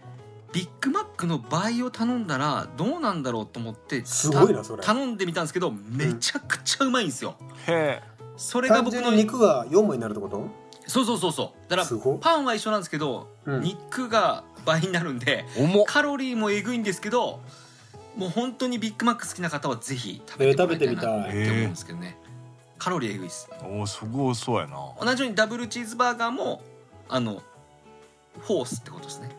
Speaker 2: ビッグマックの倍を頼んだらどうなんだろうと思って
Speaker 1: すごいなそれ
Speaker 2: た頼んでみたんですけどめちゃくちゃうまいんですよ、
Speaker 3: へえ
Speaker 2: それが
Speaker 1: 単
Speaker 2: 僕
Speaker 1: 純
Speaker 2: の
Speaker 1: に肉が4枚になるってこと
Speaker 2: そうそうそうそうだか
Speaker 1: す
Speaker 2: ら
Speaker 1: ごっ
Speaker 2: パンは一緒なんですけど、
Speaker 1: うん
Speaker 2: 肉が倍になるんで
Speaker 3: 重っ
Speaker 2: カロリーもえぐいんですけどもう本当にビッグマック好きな方はぜひ食
Speaker 1: え
Speaker 2: べ
Speaker 1: ー食べ
Speaker 2: て
Speaker 1: て
Speaker 2: み
Speaker 1: み
Speaker 2: たいなったて
Speaker 1: い
Speaker 3: え
Speaker 2: 思うんですけどね、カロリーえぐいです
Speaker 3: おーすごいそうやな
Speaker 2: 同じようにダブルチーズバーガーもあのフォースってことですね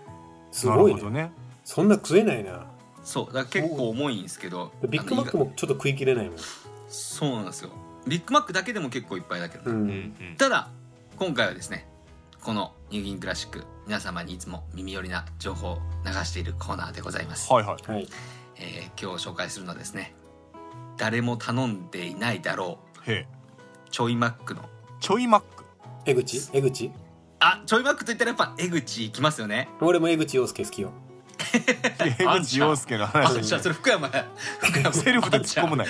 Speaker 1: すごい
Speaker 3: なるほど
Speaker 1: ね
Speaker 3: ね
Speaker 1: そんな食えないな
Speaker 2: そうだから結構重いんですけど
Speaker 1: ビッグマック
Speaker 2: も
Speaker 1: もちょっと食い切れないもん、
Speaker 2: そうなんですよビッグマックだけでも結構いっぱいだけど、
Speaker 1: う、
Speaker 3: うんん
Speaker 2: ただ今回はですねこの「ニューギンクラシック」皆様にいつも耳寄りな情報を流しているコーナーでございます、
Speaker 3: はいはい
Speaker 1: はい
Speaker 2: えー今日紹介するのはですね誰も頼んでいないだろ
Speaker 3: へえ
Speaker 2: うちょいマックの
Speaker 3: ちょいマック
Speaker 1: 江口江口
Speaker 2: あちょいマックといったらやっぱ江口行きますよね
Speaker 1: 俺も江口洋介好きよ
Speaker 3: 江口洋介の
Speaker 2: あ
Speaker 3: 話
Speaker 1: うん
Speaker 2: じゃあそれ福山や福山
Speaker 3: セルフで突っ込むなよ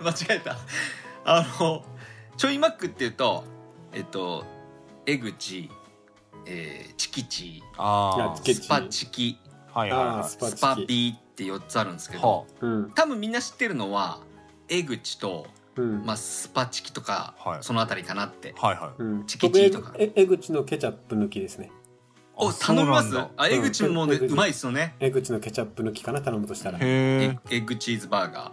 Speaker 2: 間違えたあのちょいマックっていうとえっと江口、えー、チキチ
Speaker 3: あ
Speaker 1: いや
Speaker 3: ー
Speaker 1: チキ
Speaker 2: スパチキ
Speaker 3: はいはい
Speaker 1: あー
Speaker 3: は
Speaker 1: ス
Speaker 3: い
Speaker 1: パ
Speaker 2: スパ
Speaker 1: チキ
Speaker 2: ピーって4つあるんですけど、
Speaker 3: は
Speaker 1: うん
Speaker 2: 多分みんな知ってるのは江口と、
Speaker 1: うん、
Speaker 2: まあ、スパチキとか、
Speaker 3: はい
Speaker 2: そのあたりかなって
Speaker 3: あはいはい
Speaker 1: うん、
Speaker 2: チキチーとか
Speaker 1: 僕江口え江口のケチャップ抜きですね
Speaker 2: お
Speaker 3: あそう
Speaker 2: 頼み
Speaker 3: な
Speaker 2: ま
Speaker 3: ん
Speaker 2: す
Speaker 3: だ
Speaker 2: あ江口もね、
Speaker 1: うん
Speaker 2: うまいっすよね
Speaker 1: 江口のケチャップ抜きかな頼むとしたら、
Speaker 3: へ
Speaker 2: エ
Speaker 3: え
Speaker 2: ッエッグチーズバーガー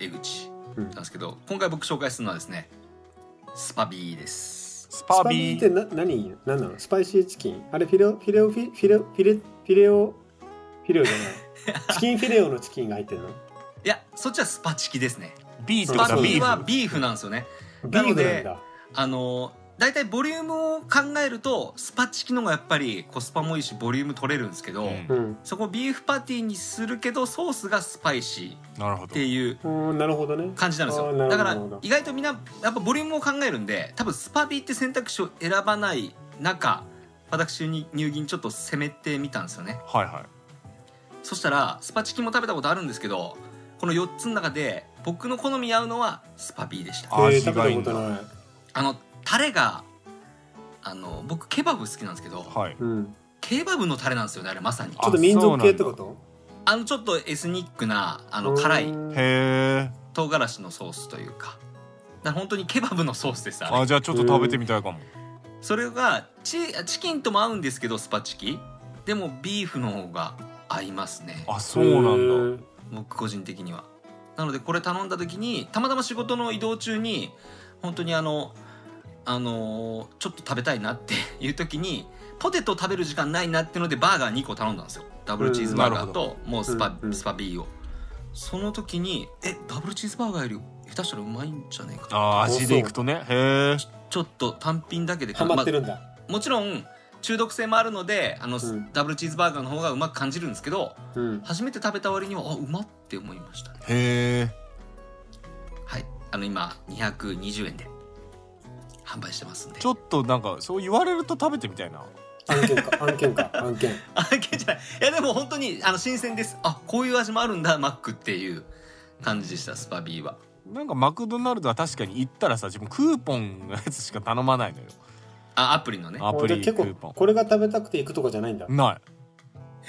Speaker 2: 江口
Speaker 1: うん
Speaker 2: なんですけど今回僕紹介するのはですねスパビーです
Speaker 3: ス
Speaker 1: ス
Speaker 3: パ
Speaker 1: パビ
Speaker 3: ビ
Speaker 1: ーって
Speaker 3: ー
Speaker 1: な何何なのスパイシーチキンあれフィレオフィレオフィフィレフィレフィレオフィレオじゃないチキンフィレオのチキンが入ってるの
Speaker 2: いやそっちはスパチキですね
Speaker 3: ビー
Speaker 1: そ
Speaker 2: ス
Speaker 3: と
Speaker 1: う
Speaker 2: パ
Speaker 3: か
Speaker 1: そう
Speaker 2: ビ
Speaker 3: ビ
Speaker 2: ーは
Speaker 3: ーフ
Speaker 2: ビーフなんですよね
Speaker 1: ビ
Speaker 2: な
Speaker 1: ー
Speaker 2: の
Speaker 1: フ
Speaker 2: で
Speaker 1: なんだ
Speaker 2: あのだいたいボリュームを考えるとスパチキの方がやっぱりコスパもいいしボリューム取れるんですけど、
Speaker 3: うん
Speaker 1: うん
Speaker 2: そこをビーフパティにするけどソースがスパイシー
Speaker 3: なるほ
Speaker 2: っ
Speaker 3: ど
Speaker 2: ていう
Speaker 1: うんなるほどね
Speaker 2: 感じなんです
Speaker 1: あ
Speaker 2: よ
Speaker 1: ーなるほど
Speaker 2: だから
Speaker 1: なるほど
Speaker 2: 意外とみんなやっぱボリュームを考えるんで多分スパビーって選択肢を選ばない中私に入銀ちょっと攻めてみたんですよね
Speaker 3: はいはい
Speaker 2: そしたらスパチキも食べたことあるんですけどこの4つの中で僕の好みに合うのはスパビーでした
Speaker 3: あ
Speaker 1: えー
Speaker 3: 味
Speaker 1: 食
Speaker 3: がいいん
Speaker 1: べた
Speaker 3: だ
Speaker 1: ことない
Speaker 2: あのタレがあの僕ケバブ好きなんですけど、
Speaker 3: はい
Speaker 1: うん
Speaker 2: ケバブのタレなんですよねあれまさに
Speaker 1: ちょ
Speaker 2: あ
Speaker 1: っと民族系ってこと
Speaker 2: のちょっとエスニックなあの辛い
Speaker 1: うん
Speaker 3: へえ
Speaker 2: 唐辛子のソースというかだから本当にケバブのソースですあれ
Speaker 3: あじゃあちょっと食べてみたいかも
Speaker 2: それがチチキンとも合うんですけどスパチキでもビーフの方が合いますね
Speaker 3: あそうなんだ
Speaker 2: 僕個人的にはなのでこれ頼んだ時にたまたま仕事の移動中に本当にあのあのーちょっと食べたいなって いう時にポテト食べる時間ないなってのでバーガー2個頼んだんですよダブルチーズバーガーともうスパ,、
Speaker 1: うんうん
Speaker 2: スパビーをその時にえダブルチーズバーガーより下手したらうまいんじゃねえか
Speaker 3: あー味でいくとねへえ
Speaker 2: ちょっと単品だけで
Speaker 1: ハマってるんだ、
Speaker 2: もちろん中毒性もあるのであの、
Speaker 1: ん
Speaker 2: ダブルチーズバーガーの方がうまく感じるんですけど
Speaker 1: うん、
Speaker 2: 初めて食べた割にはあうまって思いましたね
Speaker 3: へえ
Speaker 2: はいあの今220円で販売してますんで
Speaker 3: ちょっとなんかそう言われると食べてみたいな
Speaker 1: 案件か案件か案件
Speaker 2: あいけんじゃないいやでも本当にあの新鮮ですあこういう味もあるんだマックっていう感じでしたスパビーは
Speaker 3: なんかマクドナルドは確かに行ったらさ自分クーポンのやつしか頼まないのよ
Speaker 2: あアプリのね
Speaker 3: アプ
Speaker 1: あ
Speaker 3: リ
Speaker 1: じ
Speaker 3: ク
Speaker 1: ゃあ結
Speaker 3: ー
Speaker 1: 構
Speaker 3: ポ
Speaker 1: これが食べたくて行くとかじゃないんだ
Speaker 3: ンない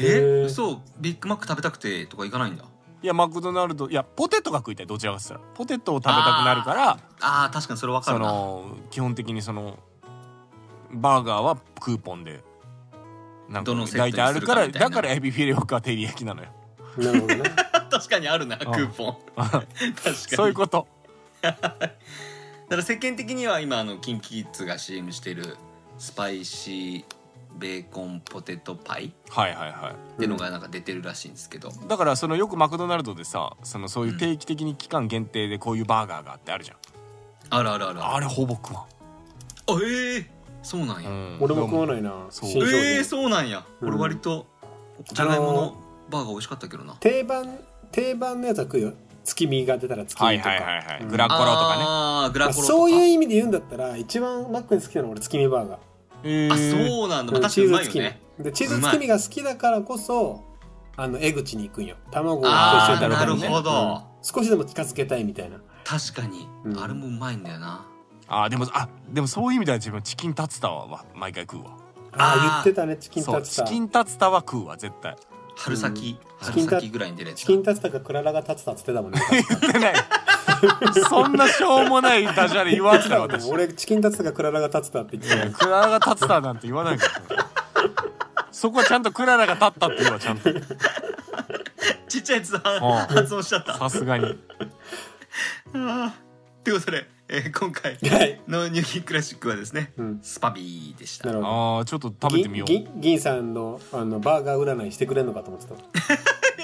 Speaker 1: へー
Speaker 2: え嘘ビッグマック食べたくてとかいかないんだ
Speaker 3: いやマクドナルドいやポテトが食いたいどちらかっつったらポテトを食べたくなるから
Speaker 2: あー確かにそれわか
Speaker 3: そ
Speaker 2: るな
Speaker 3: の基本的にそのバーガーはクーポンでなんか
Speaker 2: どのセット
Speaker 3: 大
Speaker 2: にす
Speaker 3: 体
Speaker 2: るか
Speaker 3: あるから
Speaker 2: みたいな
Speaker 3: だからエビフィレオか照り焼きなのよ
Speaker 1: なるほどね
Speaker 2: 確かにあるなクーポン確かに
Speaker 3: そういうこと
Speaker 2: だから世間的には今あのキンキッズが CM しているスパイシーベーコンポテトパイ
Speaker 3: はいはいは
Speaker 2: っていうのがなんか出てるらしいんですけど、
Speaker 3: いだからそのよくマクドナルドでさそのそういう定期的に期間限定でこういうバーガーがあってあるじゃん、
Speaker 2: あるあるあるあ
Speaker 3: あれほぼ食わ
Speaker 2: えー、そうなん
Speaker 3: ん、う
Speaker 2: や、
Speaker 3: ん、
Speaker 1: 俺も食わ
Speaker 3: な
Speaker 1: ない な
Speaker 3: そう
Speaker 1: 新商品
Speaker 2: えー、そうなんや、
Speaker 1: うん
Speaker 2: 俺割とじゃがいものバーガー美味しかったけどな
Speaker 1: 定番定番のやつは食うよ月見が出たら月
Speaker 3: はい
Speaker 1: 見とか、
Speaker 3: はいはいはい、
Speaker 1: うん
Speaker 3: グラコロとか
Speaker 2: ああグ
Speaker 1: ま
Speaker 2: ラ
Speaker 1: あ
Speaker 2: コロとか
Speaker 1: そういう意味で言うんだったら一番マックに好きなのは俺月見バーガー
Speaker 3: ねえ
Speaker 2: あ
Speaker 3: ー、
Speaker 2: そうなんだ、
Speaker 1: う
Speaker 2: ま
Speaker 1: ん
Speaker 2: あ、確
Speaker 1: チーズ
Speaker 2: かにうまい
Speaker 1: 月
Speaker 2: よ
Speaker 1: 見
Speaker 2: ね
Speaker 1: でチーズ月見が好きだからこそあの江口に行くんよ卵を一
Speaker 2: あ
Speaker 1: 緒
Speaker 2: ー
Speaker 1: に食べたり
Speaker 2: な
Speaker 1: ね
Speaker 2: るほど
Speaker 1: うん少しでも近づけたいみたいな
Speaker 2: 確かに、
Speaker 1: うん
Speaker 2: あれもうまいんだよな
Speaker 3: あでもあでもそういう意味では自分チキンタツタは毎回食うわ
Speaker 1: ああ言
Speaker 2: あー
Speaker 1: ってたねチキン
Speaker 3: そ
Speaker 1: タ
Speaker 3: う
Speaker 1: ツタ
Speaker 3: チキンタツタは食うわ絶対
Speaker 2: 春先、
Speaker 1: うん
Speaker 2: 春先ぐらいに出るやつ
Speaker 1: チキンタツタかクララが立つたっつってたもん ね。
Speaker 3: 言ってないそんなしょうもないダジャレ言わんから私
Speaker 1: 俺チキンタツタかクララが立つたって言ってたよ
Speaker 3: クララが立つたなんて言わないからそこはちゃんとクララが立ったって言うわちゃんと
Speaker 2: ちっちゃいやつ
Speaker 3: あ
Speaker 2: 発音しちゃった
Speaker 3: さすがに
Speaker 2: あーってことで、えー今回
Speaker 1: はい。
Speaker 2: のニューキンクラシックはですね、
Speaker 1: うん
Speaker 2: スパビーでし た
Speaker 1: なるほど。
Speaker 3: あーちょっと食べてみよう
Speaker 1: 銀銀銀さんのあのバーガー占いしてくれんのかと思ってた。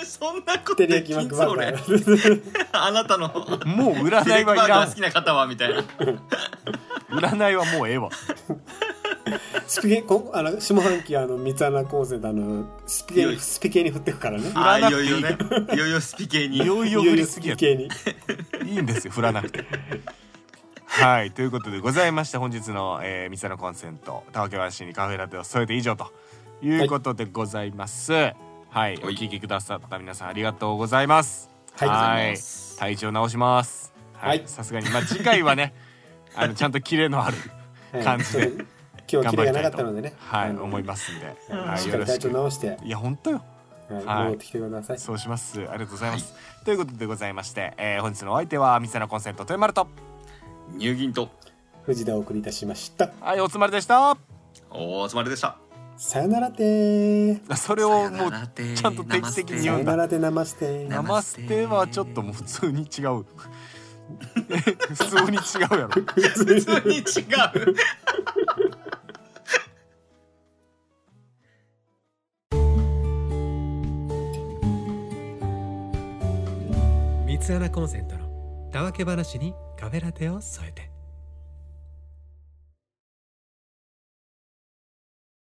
Speaker 2: え そんなこと
Speaker 1: テリ
Speaker 2: で
Speaker 1: ヤ
Speaker 2: き
Speaker 1: キマッ
Speaker 2: ん
Speaker 1: ク
Speaker 2: ぞ
Speaker 1: バー
Speaker 2: 俺
Speaker 1: ガー。
Speaker 2: あなたの
Speaker 3: もう
Speaker 2: ディ
Speaker 3: 占
Speaker 2: レ
Speaker 3: い
Speaker 2: クター
Speaker 3: はいら
Speaker 2: が
Speaker 3: ん
Speaker 2: 好きな方はみたいな
Speaker 3: 占いはもうええわ
Speaker 1: スピケこあの下半期あの三つ穴コンセントあのスピケ
Speaker 2: よ
Speaker 1: に
Speaker 2: い
Speaker 1: スピケに振ってくからね。
Speaker 2: あ
Speaker 3: 占
Speaker 2: ー
Speaker 3: っ
Speaker 2: いよいよね
Speaker 3: ていい
Speaker 2: いよいよスピ系
Speaker 3: い
Speaker 2: に
Speaker 3: よいよ
Speaker 1: いよ
Speaker 3: 振
Speaker 1: い
Speaker 3: り
Speaker 1: よ
Speaker 3: す
Speaker 1: ス
Speaker 3: ぎや
Speaker 1: ピ
Speaker 3: と
Speaker 1: ケに。
Speaker 3: いいんですよ振らなくてはいということでございまして本日の、えー、三つのコンセントたわけわしにカフェラテを添えて以上ということでございますはい、お
Speaker 2: はい
Speaker 3: 聞きくださった皆さんありがとうございます
Speaker 1: はい
Speaker 2: ありがとうございます
Speaker 3: 体調直しますはい
Speaker 1: はい
Speaker 3: さすがにまあ次回は ねあのちゃんとキレのある
Speaker 1: はい
Speaker 3: 感じで
Speaker 1: ちょっと今日はキレがなかったのでね。
Speaker 3: はい
Speaker 1: あの
Speaker 3: 思いますんで、はい、
Speaker 1: しっ
Speaker 3: よ
Speaker 1: か
Speaker 3: ろ
Speaker 1: り体
Speaker 3: し
Speaker 1: 調
Speaker 3: く
Speaker 1: 直して、はい
Speaker 3: いや本当よはい
Speaker 1: 戻ってきてください。
Speaker 3: そうしますありがとうございます、ということでございまして、えー、本日のお相手は三つのコンセント豊丸と
Speaker 2: 入銀と
Speaker 1: 藤田をお送りいたしました。
Speaker 3: はいおつまりでした
Speaker 2: お集まりでした
Speaker 1: さよならてー。
Speaker 3: それをもうちゃんと定期的に
Speaker 1: さ
Speaker 3: 言
Speaker 1: よ
Speaker 3: うんだ
Speaker 1: ならでナマステー。
Speaker 3: ナマステはちょっともう普通に違う普通に違うやろ
Speaker 2: 普通に違う
Speaker 5: 三つ穴コンセントのたわけ話にカフェラテを添えて